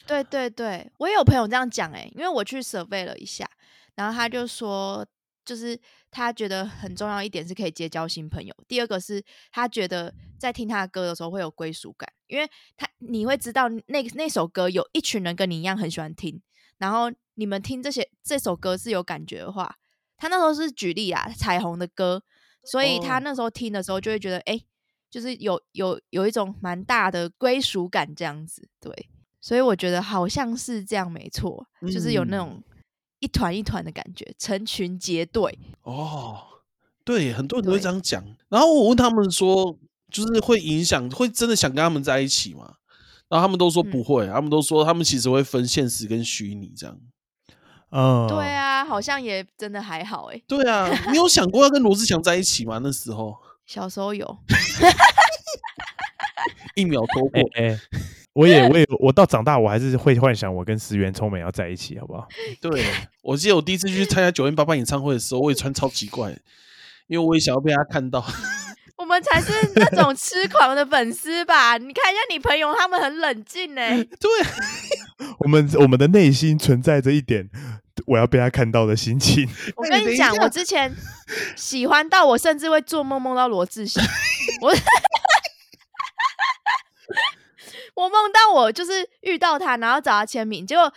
对对对，我也有朋友这样讲哎、因为我去 survey 了一下，然后他就说，就是他觉得很重要一点是可以结交新朋友，第二个是他觉得在听他的歌的时候会有归属感，因为他你会知道那那首歌有一群人跟你一样很喜欢听，然后你们听这些这首歌是有感觉的话，他那时候是举例啊，彩虹的歌，所以他哦那时候听的时候就会觉得，哎、就是有有有一种蛮大的归属感这样子，对，所以我觉得好像是这样，没错，就是有那嗯种一团一团的感觉，成群结队，哦，对，很多人都会对这样讲。然后我问他们说，就是会影响，会真的想跟他们在一起吗？然后他们都说不嗯会，他们都说他们其实会分现实跟虚拟这样。嗯，对，啊，好像也真的还好哎、对啊，你有想过要跟罗志祥在一起吗？那时候小时候有，一秒拖哎过，哎，我也我也我到长大我还是会幻想我跟石原聪美要在一起，好不 <laughs> 好？对我记得我第一次去参加九零八八演唱会的时候，我也穿超奇怪的，因为我也想要被他看到。 <laughs> 我们才是那种痴狂的粉丝吧？你看一下你朋友，他们很冷静哎、对，啊我们我们的内心存在着一点我要被他看到的心 <laughs> 情。我哎跟等你一讲，下我之前喜欢到我甚至会做梦梦到罗志 <laughs> 祥，我我梦到我就是遇到他，然后找他签名，结果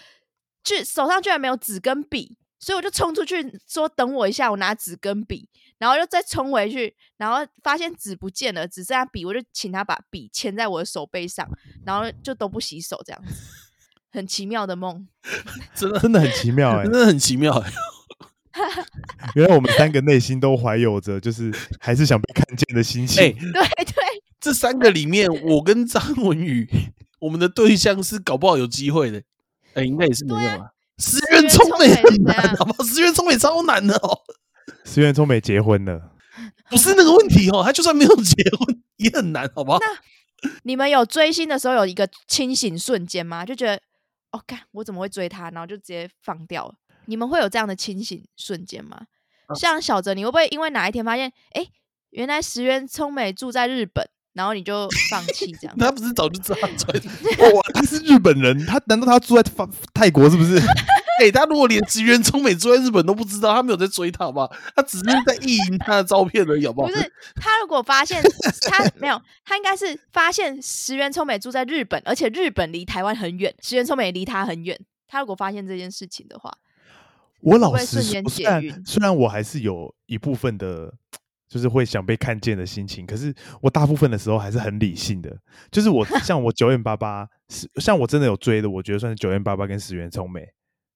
居手上居然没有纸跟笔，所以我就冲出去说等我一下，我拿纸跟笔，然后就再冲回去，然后发现纸不见了，只剩下笔，我就请他把笔牵在我的手背上，然后就都不洗手这样子，很奇妙的梦。 <laughs> 真的真的很奇妙哎、真的很奇妙、欸原来我们三个内心都怀有着就是还是想被看见的心情。哎对对，这三个里面，我跟张文宇， <laughs> 我们的对象是搞不好有机会的。哎、应该也是没有啊。石原聪美很难，好啊不好？石原聪美超难的哦，石原聪美结婚了，不是那个问题哦。他就算没有结婚，也很难，好不好？？你们有追星的时候有一个清醒瞬间吗？就觉得哦，干，我怎么会追他？然后就直接放掉了。你们会有这样的清醒瞬间吗？嗯像小泽，你会不会因为哪一天发现，哎、原来石原聪美住在日本，然后你就放弃这样他不是早就知道他穿？ <laughs> 哇，他是日本人，他难道他住在法泰国是不是？ <laughs> 哎、他如果连石原聪美住在日本都不知道，他没有在追他，好不好？他只是在意淫他的照片而已，好不好？不是，他如果发现他没有，他应该是发现石原聪美住在日本，而且日本离台湾很远，石原聪美也离他很远。他如果发现这件事情的话，我老会实瞬说间，解虽然晕虽然我还是有一部分的，就是会想被看见的心情，可是我大部分的时候还是很理性的。就 <laughs> 是我像我九眼八八是像我真的有追的，我觉得算是九眼八八跟石原聪美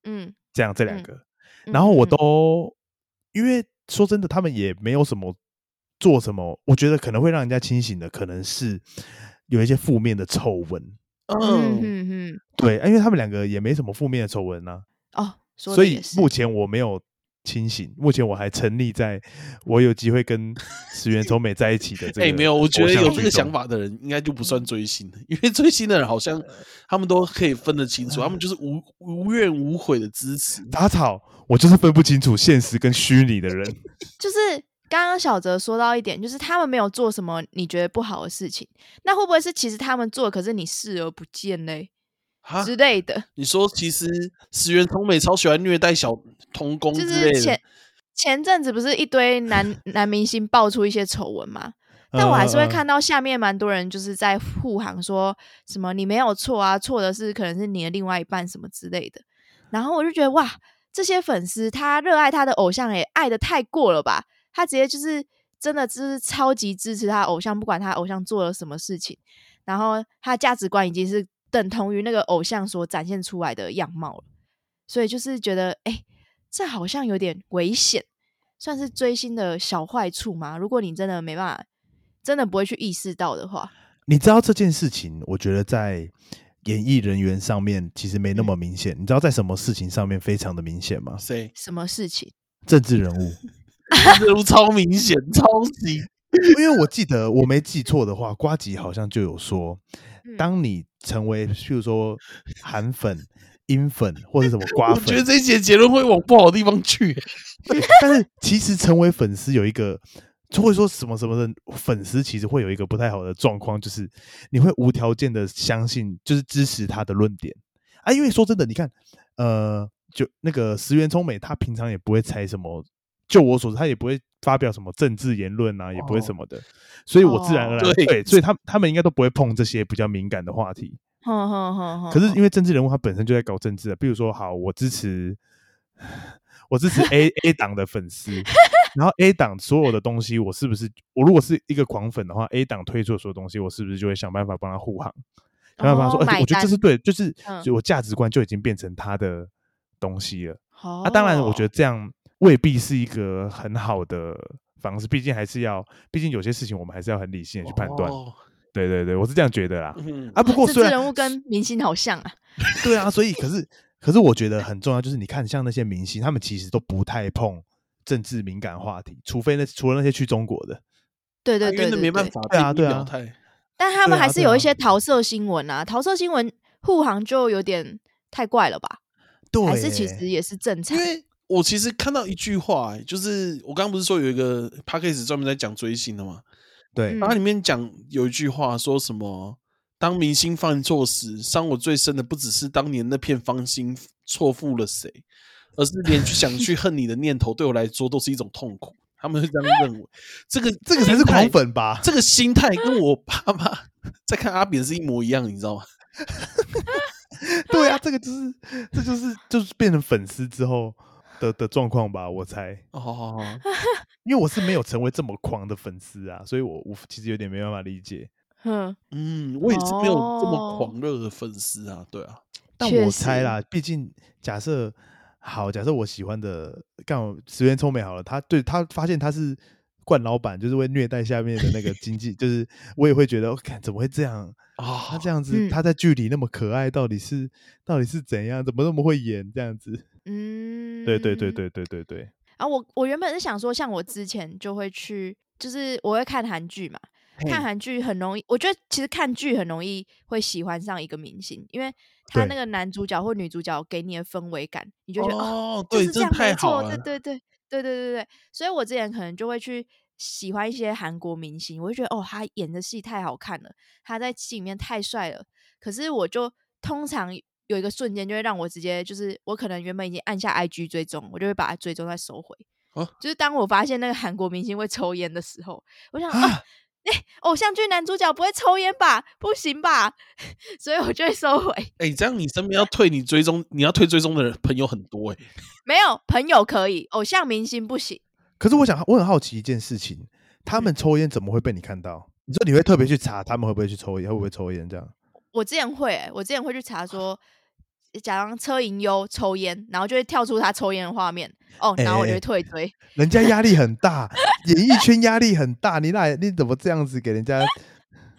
嗯，这样这嗯两个，然后嗯我嗯都、因为说真的，他们也没有什么做什么，我觉得可能会让人家清醒的，可能是有一些负面的丑闻。嗯嗯，嗯嗯，对，啊因为他们两个也没什么负面的丑闻啊，哦，说所的以也是目前我没有清醒，目前我还沉溺在我有机会跟石原聪美在一起的这 <laughs> 哎、个。没有，我觉得有这个想法。法的人，应该就不嗯算追星的，因为追星的人好像呃他们都可以分得清楚，他们就是无无怨无悔的支持。打草，我就是分不清楚现实跟虚拟的人。就是刚刚小泽说到一点，就是他们没有做什么你觉得不好的事情，那会不会是其实他们做，可是你视而不见嘞、哈，之类的？你说其实石原聪美超喜欢虐待小童工就之类是的前，前阵子不是一堆男 <laughs> 男明星爆出一些丑闻吗？ <laughs> 但我还呃嗯是会看到下面蛮多人就是在护航，说什么你没有错啊，错的是可能是你的另外一半什么之类的。然后我就觉得哇，这些粉丝他热爱他的偶像也爱的太过了吧？他直接就是真的就是超级支持他的偶像，不管他偶像做了什么事情，然后他的价值观已经是等同于那个偶像所展现出来的样貌了。所以就是觉得，哎、这好像有点危险，算是追星的小坏处吗？如果你真的没办法，真的不会去意识到的话，你知道这件事情，我觉得在演艺人员上面其实没那么明显。你知道在什么事情上面非常的明显吗？谁？什么事情？政治人物。 <laughs> 这路超明显，超级因为我记得我没记错的话，瓜吉好像就有说，嗯当你成为譬如说韩粉、英粉或者什么 <laughs> 瓜我觉得粉，这一节结论会往不好的地方去、欸但是其实成为粉丝有一个，就会说什么什么的粉丝，其实会有一个不太好的状况，就是你会无条件的相信，就是支持他的论点啊。因为说真的，你看，呃，就那个石原聪美，她平常也不会猜什么，就我所知，她也不会发表什么政治言论啊，也不会什么的，所以我自然而然、哦对对，所以他他们应该都不会碰这些比较敏感的话题。哼哼哼哼可是哼因为政治人物他本身就在搞政治的，比如说，好，我支持我支持 <laughs> A A 党的粉丝，然后 A 党所有的东西，我是不是我如果是一个狂粉的话，A 党推出的所有东西，我是不是就会想办法帮他护航，想办法哦说，哎，买我觉得这单是对的，就是嗯就我价值观就已经变成他的东西了。好，啊，当然，我觉得得这样未必是一个很好的方式，毕竟还是要，毕竟有些事情我们还是要很理性的去判断。哦对对对，我是这样觉得啦。嗯啊，不过政虽治然人物跟明星好像啊， <laughs> 对啊，所以可是可是我觉得很重要，就是你看像那些明星，他们其实都不太碰政治敏感话题，除非那除了那些去中国的，啊对对因为对那对没办对法，对啊避免对啊表态但他们对啊还是对有一啊些桃色新闻啊，桃色新闻护航就有点太怪了吧？对，还是其实也是正常因？为我其实看到一句话、欸，就是我刚刚不是说有一个 p a c k a g e 专门在讲追星的嘛，嗯对、然后它里面讲有一句话说什么，当明星犯错时，伤我最深的不只是当年那片芳心错付了谁，而是连去想去恨你的念头对我来说都是一种痛苦。他们会这样认为，这 <laughs> 个这个才是心态狂，粉啊吧？这个心态跟我爸妈在看阿扁是一模一样，你知道吗？ <laughs> <laughs> 对啊，这个就是这就是就是变成粉丝之后的的状况吧，我猜，哦，因为我是没有成为这么狂的粉丝啊，所以我我其实有点没办法理解，嗯，嗯，我也是没有这么哦狂热的粉丝啊，对啊，但确我猜实啦，毕竟假设好，假设我喜欢的干我石原聪美好了，他对他发现他是冠老板，就是会虐待下面的那个经济，就是我也会觉得，哦，看怎么会这样？啊，他这样子，嗯他在剧里那么可爱，到底是到底是怎样？怎么那么会演这样子？ <laughs> 嗯，对对对。对对对对，啊，我我原本是想说，像我之前就会去，就是我会看韩剧嘛，看韩剧很容易，我觉得其实看剧很容易会喜欢上一个明星，因为他对那个男主角或女主角给你的氛围感，你就觉得哦哦，就对，是这这样没太好错，了对，对对对对对对。所以我之前可能就会去喜欢一些韩国明星，我就觉得哦，他演的戏太好看了，他在戏里面太帅了。可是我就通常有一个瞬间，就会让我直接就是我可能原本已经按下 IG 追踪，我就会把它追踪再收回。哦就是当我发现那个韩国明星会抽烟的时候，我想啊。哎、偶像剧男主角不会抽烟吧？不行吧？ <laughs> 所以我就会收回。 <laughs> 哎、这样你身边要退你追踪，你要退追踪的人朋友很多哎、没有朋友可以，偶像明星不行。可是我想，我很好奇一件事情，嗯他们抽烟怎么会被你看到？你说你会特别去查他们会不会去抽烟，会不会抽烟这样？我之前会欸、我之前会去查说，假装车银优抽烟，然后就会跳出他抽烟的画面，哦，然后我就哎会退追。人家压力很大， <laughs> 演艺圈压力很大，你哪你怎么这样子给人家， <laughs>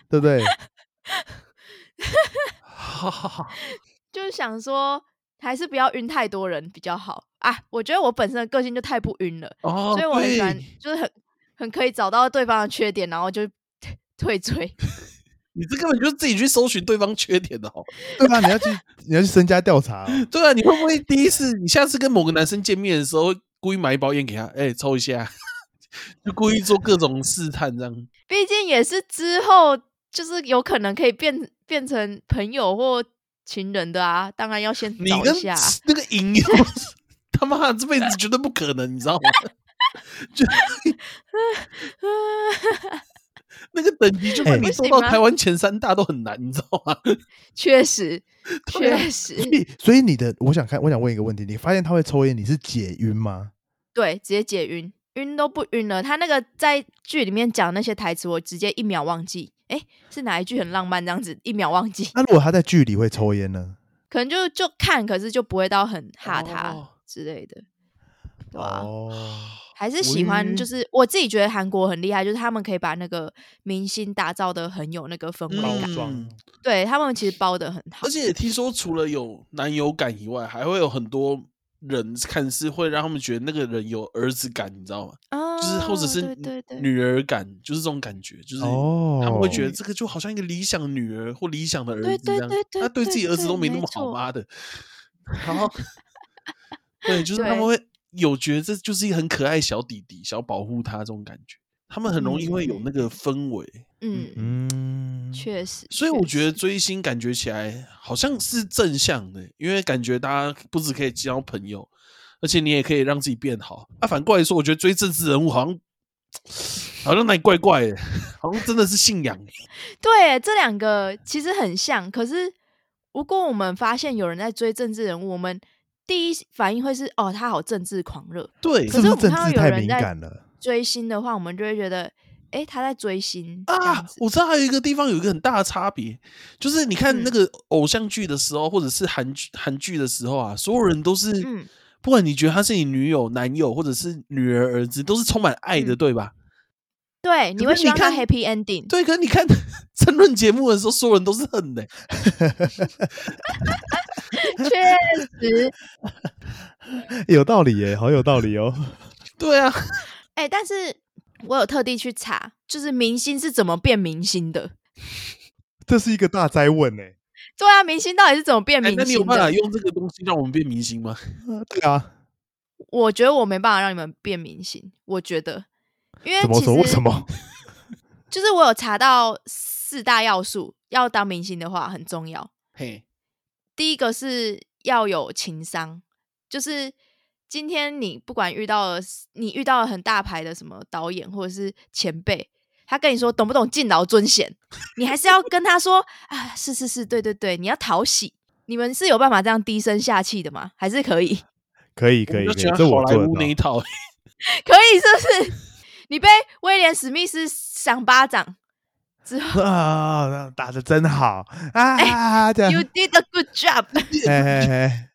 对不对？哈哈哈，就是想说，还是不要晕太多人比较好啊。我觉得我本身的个性就太不晕了， <laughs> 哦，所以我很喜欢对，就是很很可以找到对方的缺点，然后就 <laughs> 退追。你这根本就是自己去搜寻对方缺点的哦。对啊吧？你要去你要去身家调查哦、对啊，你会不会第一次，你下次跟某个男生见面的时候，故意买一包烟给他，哎、抽一下， <laughs> 就故意做各种试探这样？毕竟也是之后，就是有可能可以变变成朋友或情人的啊。当然要先你找跟一下啊。那个银优， <laughs> 他妈的这辈子绝对不可能，你知道吗？ <laughs> <laughs> 就那个等级，就算哎你不做行到吗台湾前三大都很难，你知道吗？确实， <laughs> 对啊确实，所以所以你的，我想看，我想问一个问题：你发现他会抽烟，你是解晕吗？对，直接解晕，晕都不晕了。他那个在剧里面讲那些台词，我直接一秒忘记。诶，是哪一句很浪漫这样子？一秒忘记，那、如果他在剧里会抽烟呢？可能就就看，可是就不会到很哈哦他之类的，对吧、哦，还是我喜欢，嗯晕就是我自己觉得韩国很厉害，就是他们可以把那个明星打造的很有那个氛围包感，装嗯，对他们其实包的很好而。且听说除了有男友感以外，还会有很多人看是会让他们觉得那个人有儿子感，你知道吗？啊，就是或者是对对对，女儿感，就是这种感觉，嗯就是哦，他们会觉得这个就好像一个理想的女儿或理想的儿对子这对样对，对他对自己对儿子对都没那没么好，错妈 <laughs> 的。然后，对，就是他们会有觉得这就是一个很可爱小弟弟，想要保护他这种感觉，他们很容易会有那个氛围。嗯，嗯，确实。所以我确觉得实追星感觉起来好像是正向的，因为感觉大家不只可以交朋友，而且你也可以让自己变好。那、反过来说，我觉得追政治人物好像好像那里怪怪的，好像真的是信仰。欸对这两个其实很像，可是如果我们发现有人在追政治人物，我们第一反应会是哦，他好政治狂热。对可是是不我是们政看到治有太人敏在感了？追星的话，我们就会觉得，诶，他在追星这样啊，子我知道还有一个地方有一个很大的差别，就是你看那嗯个偶像剧的时候，或者是韩剧韩剧的时候啊，所有人都是，嗯不管你觉得他是你女友、男友，或者是女儿、儿子，都是充满爱的，嗯对吧？对，你可会是希你望他看 happy ending。对，可是你看争论节目的时候，所有人都是恨的、确实，有道理耶，好有道理哦。 <laughs> 对啊，诶，但是我有特地去查，就是明星是怎么变明星的。这是一个大灾问哎。对啊，明星到底是怎么变哎明那你有星办的？法用这个东西让我们变明星吗？呃对啊，我觉得我没办法让你们变明星，我觉得，因为怎么其实说？为什么？就是我有查到四大要素，要当明星的话很重要。嘿，第一个是要有情商，就是今天你不管遇到了你遇到了很大牌的什么导演或者是前辈，他跟你说懂不懂敬老尊贤，你还是要跟他说啊，是是是，对对对，你要讨喜。你们是有办法这样低声下气的吗？还是可以？ <laughs> 可以我可以，们就喜可以欢这好我莱做得坞那一套。到。欸可以是 <laughs> 不是？你被威廉史密斯赏巴掌之后啊，那 <laughs> 打的真好啊！ <laughs> 这样，You，did a good job。哎哎哎，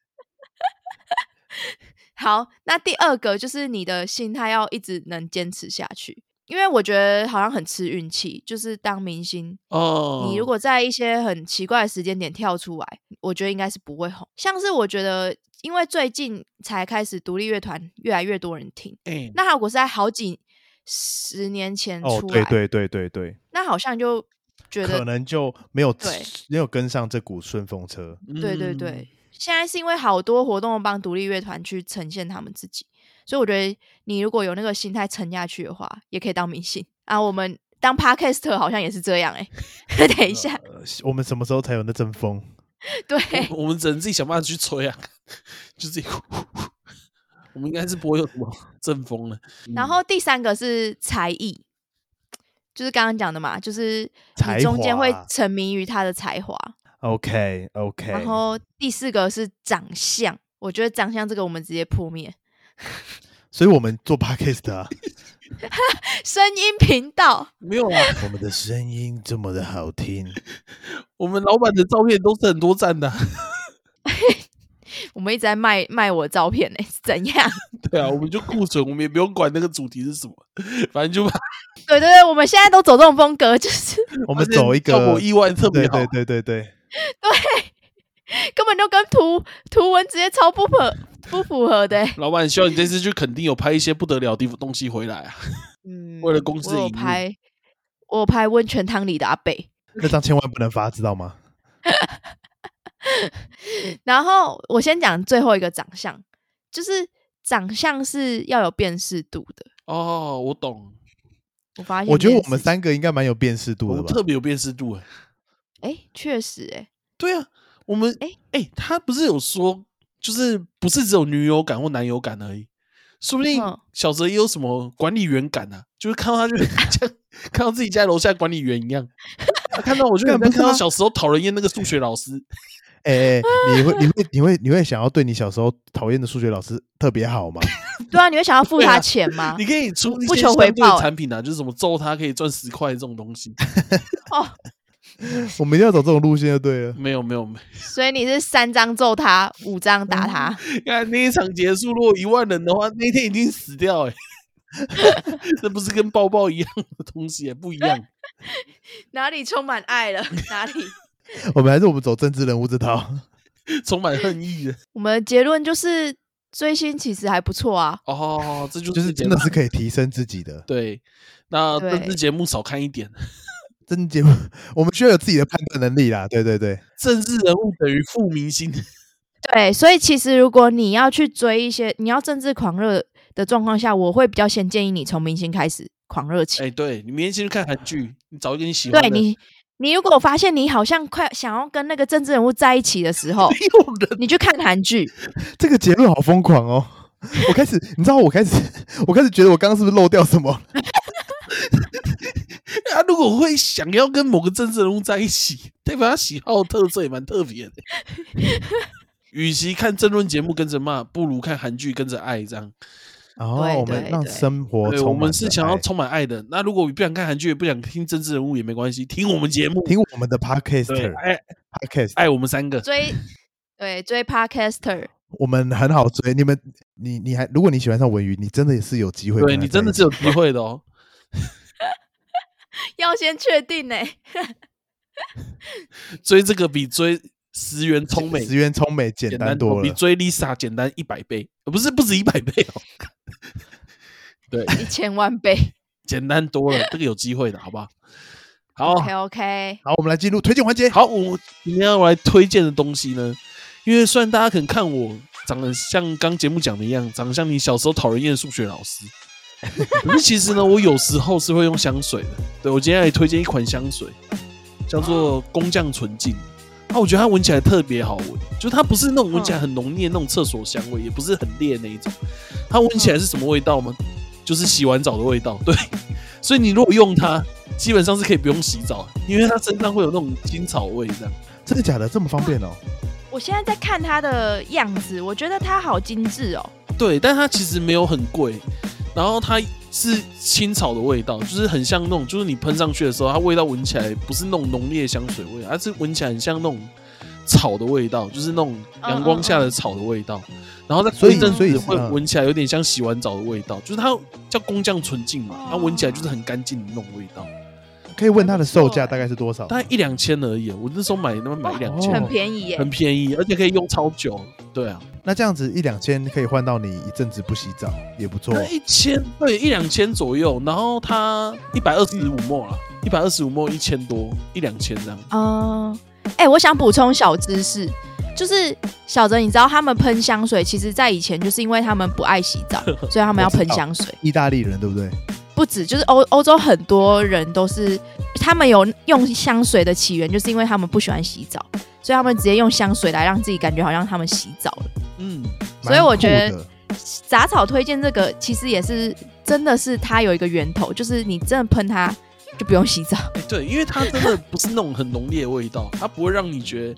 好，那第二个就是你的心态要一直能坚持下去，因为我觉得好像很吃运气，就是当明星，哦，你如果在一些很奇怪的时间点跳出来，我觉得应该是不会红。像是我觉得，因为最近才开始独立乐团越来越多人听，哎，那如果是在好几十年前哦，出来，对对对对对，那好像就觉可得能就没有对没有跟上这股顺风车。对对嗯对，，现在是因为好多活动帮独立乐团去呈现他们自己，所以我觉得你如果有那个心态沉下去的话，也可以当明星啊。我们当 podcast 好像也是这样 <laughs> 哎、 <laughs> 欸，等一下，呃，我们什么时候才有那阵风？对，嗯我我们只能自己想办法去吹啊， <laughs> 就自己。我们应该是不会有什么阵风了。嗯然后第三个是才艺，就是刚刚讲的嘛，就是才你中间会华沉迷于他的才华。 OK OK，然后第四个是长相，我觉得长相这个我们直接扑灭，所以我们做 podcast 啊， <laughs> 声音频道。没有啦，啊我们的声音这么的好 <laughs> 听，我们老板的照片都是很多赞的啊、我们一直在卖卖我照片呢、是怎样？对啊，我们就库存，我们也不用管那个主题是什么，反正就把对对对，我们现在都走这种风格，就是 <laughs> 我们走一效个果意外特别对好对。对对对，根本就跟图图文直接超不符不符合的欸、老板，希望你这次去肯定有拍一些不得了的东西回来啊！嗯 <laughs> 为了公司的我有盈利拍，我有拍温泉汤里的阿北。那张千万不能发，知道吗？然后我先讲最后一个长相，就是长相是要有辨识度的。哦，我懂，我发现我觉得这件我们事三个应该蛮有辨识我度的们吧特？别有辨识度哎、情，哎，确实、 <laughs> 哎，对啊，我们哎哎哎、他不是有说，就是不是只有女友感或男友感而已，说不定嗯小泽也有什么管理员感啊，就是看到他就 <laughs> 像看到自己家楼下管理员一样，他看到我就干很像不是看到啊小时候讨人厌那个数学老师，哎哎，你会你会你会你会想要对你小时候讨厌的数学老师特别好吗？对啊，你会想要付对啊他 <laughs> 钱吗你？可以出一不些求相回对报的欸产品啊，就是什么揍他可以赚十块这种东西。哦， <laughs> 我们一定要走这种路线就对了。没有没有没所以你是三张揍他，五张打他，有，看那一场结束，如果一万人的话，那一天已经死掉哎、 <laughs> 这不是跟抱抱一样的东西、欸，不一样。哪里充满爱 <laughs> 了？哪里？嗯 <laughs> 我们还是我们走政治人物这套。充满恨意的。我们的结论就是，追星其实还不错啊。哦，这就就是是节真的目是可以提升自己的。对。那政治对节目少看一点，真节目，我们需要有自己的判断能力啦。对对对，政治人物等于负明星。对，所以其实如果你要去追一些，你要政治狂热的状况下，我会比较先建议你从明星开始狂热起。哎，对你明天先去看韩剧，你找一个你喜欢的。 <laughs> 对你，你如果发现你好像快想要跟那个政治人物在一起的时候，你去看韩剧，这个结论好疯 <laughs> 狂哦！我开始，你知道我开始， <laughs> 我开始觉得我刚刚是不是漏掉什么？他如果会想要跟某个政治人物在一起，代表他喜好特色也蛮 <laughs> 特别的。与其看争论节目跟着骂，不如看韩剧跟着爱这样。哦，对我们对让对生活对，充我满哎们是着想要爱充满爱的。那如果你不想看韩剧，也不想听政治人物也没关系，听我们节目，听我们的 podcast 对，爱 podcast，爱我们三个。追对追 podcaster，我们很好追。你们，你你还，如果你喜欢上文娱，你真的也是有机会跟他在对你一起。真的是有机会的哦。要先确定呢、追这个比追石原聪美石原聪美简简单单多比了。追 Lisa 简单一百倍，呃不是不止一百倍哦，一千万 <laughs> 倍。简单多了，这个有机会的，好不好？好 OK OK，好，我们来进入推荐环节。好，我今天要来推荐的东西呢，因为虽然大家可能看我长得像刚节目讲的一样，长得像你小时候讨人厌的数学老师， <laughs> 可是其实呢，我有时候是会用香水的。对我今天来推荐一款香水，叫做工匠纯净。啊，我觉得它闻起来特别好闻，就它不是那种闻起来很浓烈那种厕所香味，也不是很烈那一种。它闻起来是什么味道吗？就是洗完澡的味道。对，所以你如果用它，基本上是可以不用洗澡，因为它身上会有那种青草味这样。真的假的？这么方便哦？我现在在看他的样子，我觉得他好精致哦。对，但它其实没有很贵，然后它是青草的味道，就是很像那种，就是你喷上去的时候，它味道闻起来不是那种浓烈的香水味，而是闻起来很像那种草的味道，就是那种阳光下的草的味道。然后在所以一阵所以子是会嗯闻起来有点像洗完澡的味道，就是它叫工匠纯净嘛，它闻起来就是很干净的那种味道，可以 <laughs> 问啊它的售还不错价哎大概是多少？大概一两千而已。我那时候买那么买一两千，很便宜耶、很便宜，而且可以用超久。对啊，那这样子一两千可以换到你一阵子不洗澡，也不错。那一千对一两千左右，然后它一百二十五墨啦，一百二十五墨一千多，一两千这样。嗯，哎、我想补充小知识，就是小泽，你知道他们喷香水，其实在以前就是因为他们不爱洗澡，所以他们要喷香水。意大利人对不对？不止，就是欧欧洲很多人都是，他们有用香水的起源，就是因为他们不喜欢洗澡，所以他们直接用香水来让自己感觉好像他们洗澡了。嗯，所以我觉蛮酷得的杂草推荐这个其实也是真的是它有一个源头，就是你真的喷它就不用洗澡。哎、对，因为它真的不是那种很浓烈的味道， <laughs> 它不会让你觉得，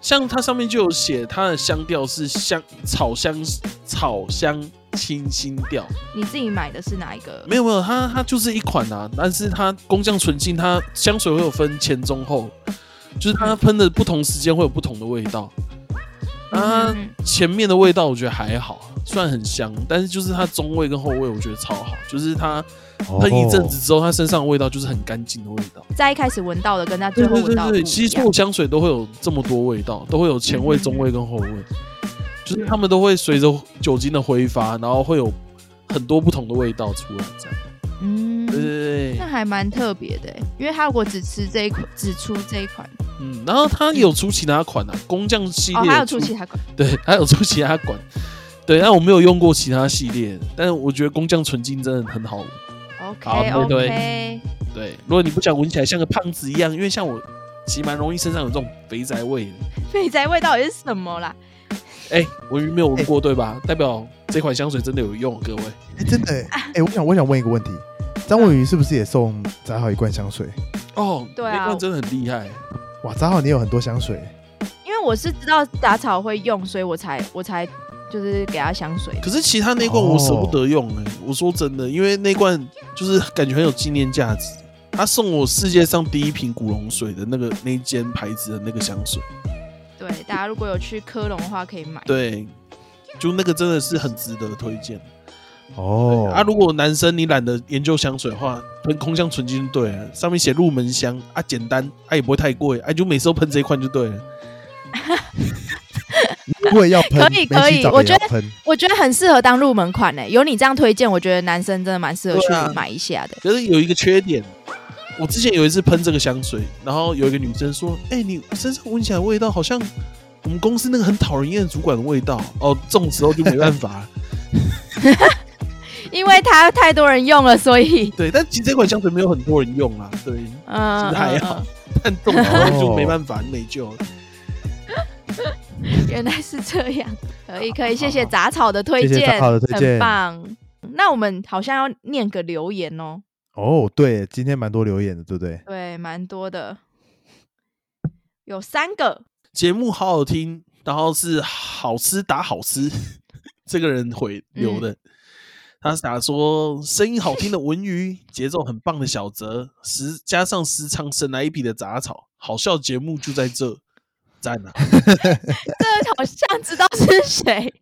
像它上面就有写它的香调是香草香草香清新调，你自己买的是哪一个？没有没有，它它就是一款啊，但是它工匠纯净，它香水会有分前中后，就是它喷的不同时间会有不同的味道。啊，嗯前面的味道我觉得还好，虽然很香，但是就是它中味跟后味我觉得超好，就是它 <laughs> 哦喷一阵子之后，它身上的味道就是很干净的味道。在一开始闻到的跟它最对后对闻对到的对，不一其实所样有香水都会有这么多味道，都会有前味、嗯中味跟后味，就是它们都会随着酒精的挥发，然后会有很多不同的味道出来，这样。对嗯，对对那，还蛮特别的欸，因为它如果只吃这一款，只出这一款，嗯，然后它也有出其他款啊，工匠系哦，列还也有出其他款，对， <laughs> 它有出其他款，对，但我没有用过其他系列的，但是我觉得工匠纯金真的很好闻。好 OK 对对 OK，对，如果你不想闻起来像个胖子一样，因为像我，其实蛮容易身上有这种肥宅味的。肥宅味到底是什么啦？哎，文鱼没有闻过、对吧？代表这款香水真的有用，各位。哎，真的哎，哎，我想我想问一个问题，张文宇是不是也送杂好一罐香水？哦，对啊那罐真的很厉害。哇，杂好你有很多香水，因为我是知道杂草会用，所以我才我才就是给它香水。可是其他那罐我舍不得用哎、我说真的，因为那罐就是感觉很有纪念价值。他送我世界上第一瓶古龙水的那个那一间牌子的那个香水。对，大家如果有去科隆的话，可以买。对，就那个真的是很值得推荐。哦，啊，如果男生你懒得研究香水的话，喷空香纯净就对了，上面写入门香啊，简单啊，也不会太贵，啊，就每次都喷这一款就对了。我也要喷，可以煤可气以澡我也觉要得喷我觉得很适合当入门款呢、有你这样推荐，我觉得男生真的蛮适合对去啊买一下的。可是有一个缺点，我之前有一次喷这个香水，然后有一个女生说：“哎、你身上闻起来的味道好像我们公司那个很讨人厌的主管的味道。”哦，这种时候就没办法了。因为它太多人用了，所以对，但其实这款香水没有很多人用啦，对，嗯，其实还好嗯。但这种时候就没办法，没救了。嗯原来是这样，可以可以，谢谢杂草的推谢谢荐，杂草的推荐很棒。那我们好像要念个留言哦，哦，对，今天蛮多留言的，对不对？对，蛮多的，有三个，节目好好听，然后是好吃打好吃，这个人回留嗯的。他是打说声音好听的文娱，节奏很棒的小泽，时加上时常神来一笔的杂草，好笑节目就在这，赞啊！这好像知道是谁，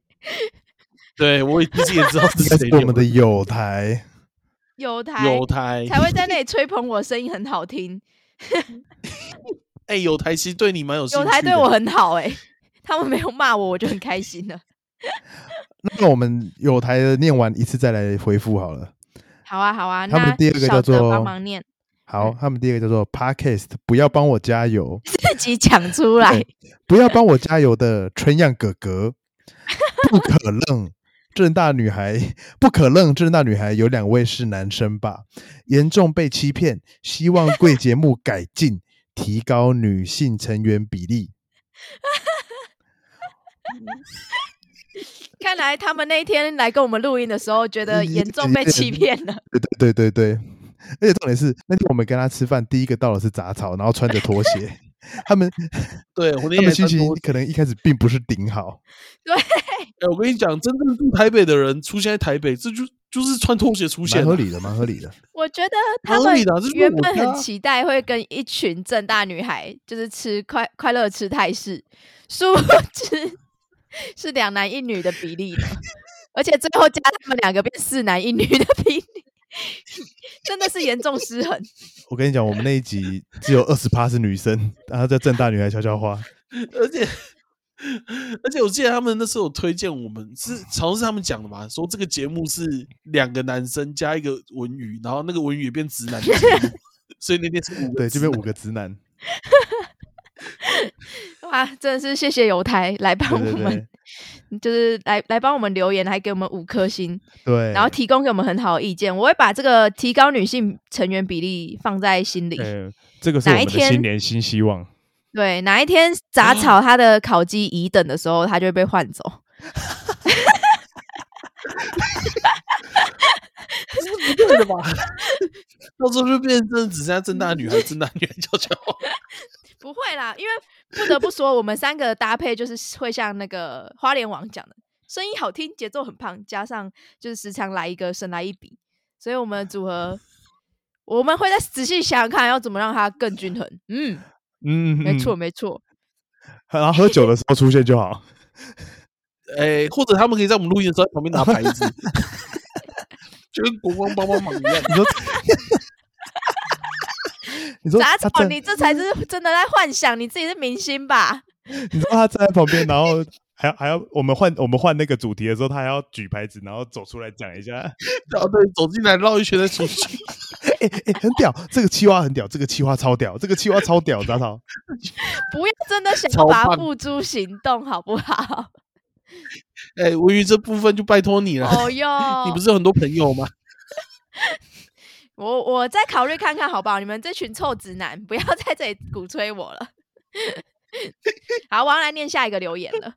对我也自己也知道是应该谁是我 <laughs> 们的留友台，有台的有台，才会在那里吹捧我声音很好听，哎、有台其实对你蛮有兴有趣的，台对我很好哎、他们没有骂我，我就很开心了。那我们友台的念完一次再来回复好了。好啊，好啊，他们那第二个小叫泽做帮忙念，好嗯，他们第一个叫做 Podcast，不要帮我加油，自己讲出来。不要帮我加油的春样哥 <laughs> 哥，不可愣。正大女孩不可愣，正大女孩有两位是男生吧？严重被欺骗，希望贵节目改进，提高女性成员比例。看来他们那一天来跟我们录音的时候，觉得嗯严重被欺骗了。对对对对对，而且重点是那天我们跟他吃饭，第一个到的是杂草，然后穿着拖鞋， <laughs> 他们对我那他天们也穿心情多可能一开始并不是顶好，哎、我跟你讲，真正住台北的人出现在台北，这就就是穿拖鞋出现、蛮啊，合理的，蛮合理的。我觉得他蛮合们理的啊这是原我本家很期待会跟一群正大女孩，就是吃快快乐吃泰式，殊不知是两男一女的比例 <laughs> 呢，而且最后加他们两个变四男一女的比例， <laughs> 真的是严重失衡。我跟你讲，我们那一集只有二十趴是女生，然后叫正大女孩悄悄话，而且 <laughs> 而且我记得他们那时候有推荐我们，是好像是他们讲的嘛，说这个节目是两个男生加一个文娱，然后那个文娱也变直男的节 <laughs> 目所以那天是五个对，直这男边五个直男，哇，真的是谢谢友台来帮对我对们，对就是来来帮我们留言，还给我们五颗星。对，然后提供给我们很好的意见。我会把这个提高女性成员比例放在心里。呃，这个是我哪一们的天新年新希望，对，哪一天杂草他的烤鸡乙等的时候，他就会被换走。不对的吧？到时候就变成真的只剩下正大女孩，正大女孩悄悄 <laughs> 话。 <laughs> 不会啦，因为不得不说，我们三个的搭配就是会像那个花莲王讲的，声音好听，节奏很胖，加上就是时常来一个神来一笔，所以我们的组合。我们会再仔细想想看，要怎么让它更均衡。嗯，嗯，没错，，没错。然后喝酒的时候出现 <laughs> 就好，哎、或者他们可以在我们录音的时候在旁边拿牌子， <laughs> 就跟国光帮帮忙一样。你说。 <laughs> 你说杂他草，站你这才是真的在幻想，你自己是明星吧？你说他站在旁边，<laughs> 然后还要还要我们换我们换那个主题的时候，他还要举牌子，然后走出来讲 <laughs> 一下，然后对，走进来绕一圈再出去。哎、哎、很屌，这个气话很屌，这个气话超屌，这个气话超屌，<laughs> 杂草，不要真的想超把它棒付诸行动，好不 <laughs> 好？哎、文娱这部分就拜托你了。哦哟，啊 <laughs> 你不是有很多朋友吗？我我再考虑看看，好不好？你们这群臭直男，不要在这里鼓吹我了。 <laughs> 好，我要来念下一个留言了。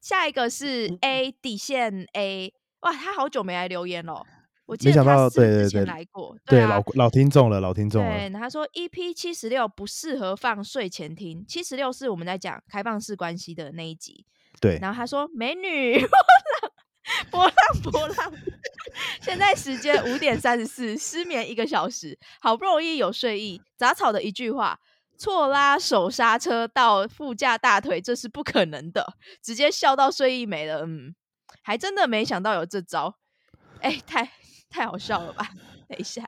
下一个是嗯 A 底线 A，哇，他好久没来留言了。哦我记没得想他到是不是对对之前对来过，对，啊老老听众了，老听众了对，，他说 EP 七十六不适合放睡前听，七十六是我们在讲开放式关系的那一集。对，然后他说：“美女， <laughs> 波浪，波浪，波 <laughs> 浪。现在时间五点三十四，失眠一个小时，好不容易有睡意。杂草的一句话，错拉手刹车到副驾大腿，这是不可能的，直接笑到睡意没了。嗯，还真的没想到有这招，哎、太太好笑了吧？等一下，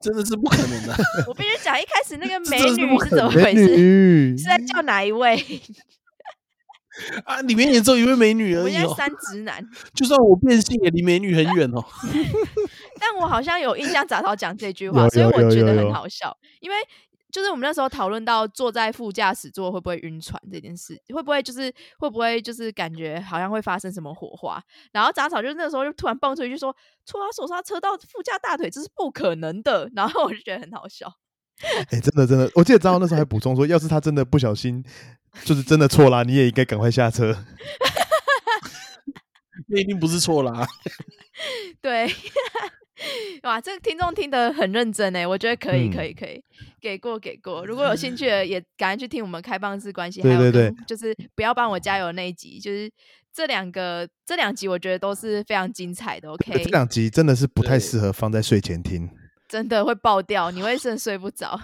真的是不可能 <laughs> 的、我必须讲一开始那个这美真的是女不是 <laughs> 可怎么美回事？女是在叫哪一位？啊，里面也只有一位美女我而们已现在哦。三直男，就算我变性，也离美女很远哦。 <laughs> 但我好像有印象杂草讲这句有话，所以有有我觉有得很有好笑，因为就是我们那时候讨论到坐在副驾驶座会不会晕船这件事，会不会就是会不会就是感觉好像会发生什么火花，然后杂草就那时候就突然蹦出一句说搓啊他手刹车到副驾大腿这是不可能的，然后我就觉得很好笑， <laughs> 哎、真的真的，我记得张浩那时候还补充说，要是他真的不小心，就是真的错啦，你也应该赶快下车。那一定不是错 <laughs> 啦。对。 <laughs> 哇，这个听众听得很认真哎，我觉得可以，嗯可以，可以，给过，给过。如果有兴趣 <laughs> 的，也赶快去听我们开放式关系，对还有对对跟就是不要帮我加油那一集，就是这两个这两集，我觉得都是非常精彩的。OK， <laughs> 这两集真的是不太对适合放在睡前听，真的会爆掉，你会真的睡不着，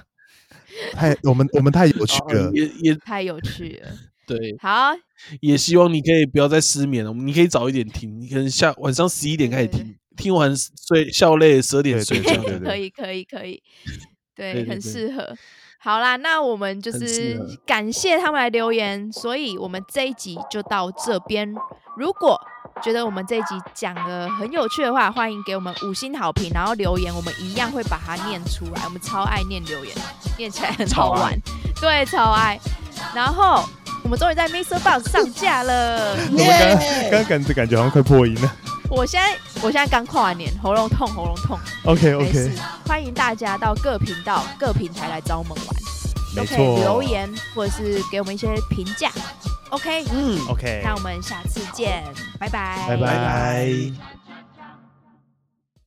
太我们我们太有趣啊了。也也太有趣了。对，好，也希望你可以不要再失眠了。哦你可以早一点听，你可能下晚上十一点开始对对听，听完睡笑累十二点对睡对觉。<laughs> 对可以，可以，可以，对对，对很对适合。好啦，那我们就很适是合感谢他们来留言，所以我们这一集就到这边。如果觉得我们这一集讲的很有趣的话，欢迎给我们五星好评，然后留言，我们一样会把它念出来。我们超爱念留言，念起来很好玩，对，超爱。然后我们终于在 Mr. Box 上架 <laughs> 了，我们刚刚刚感觉感觉好像快破音了。我现在我现在刚跨完年，喉咙痛，喉咙痛。 OK 没事 OK，，欢迎大家到各频道、各平台来找我们玩，没都可以错，留言或者是给我们一些评价。OK，嗯。 OK，那我们下次见，拜拜，拜拜拜拜。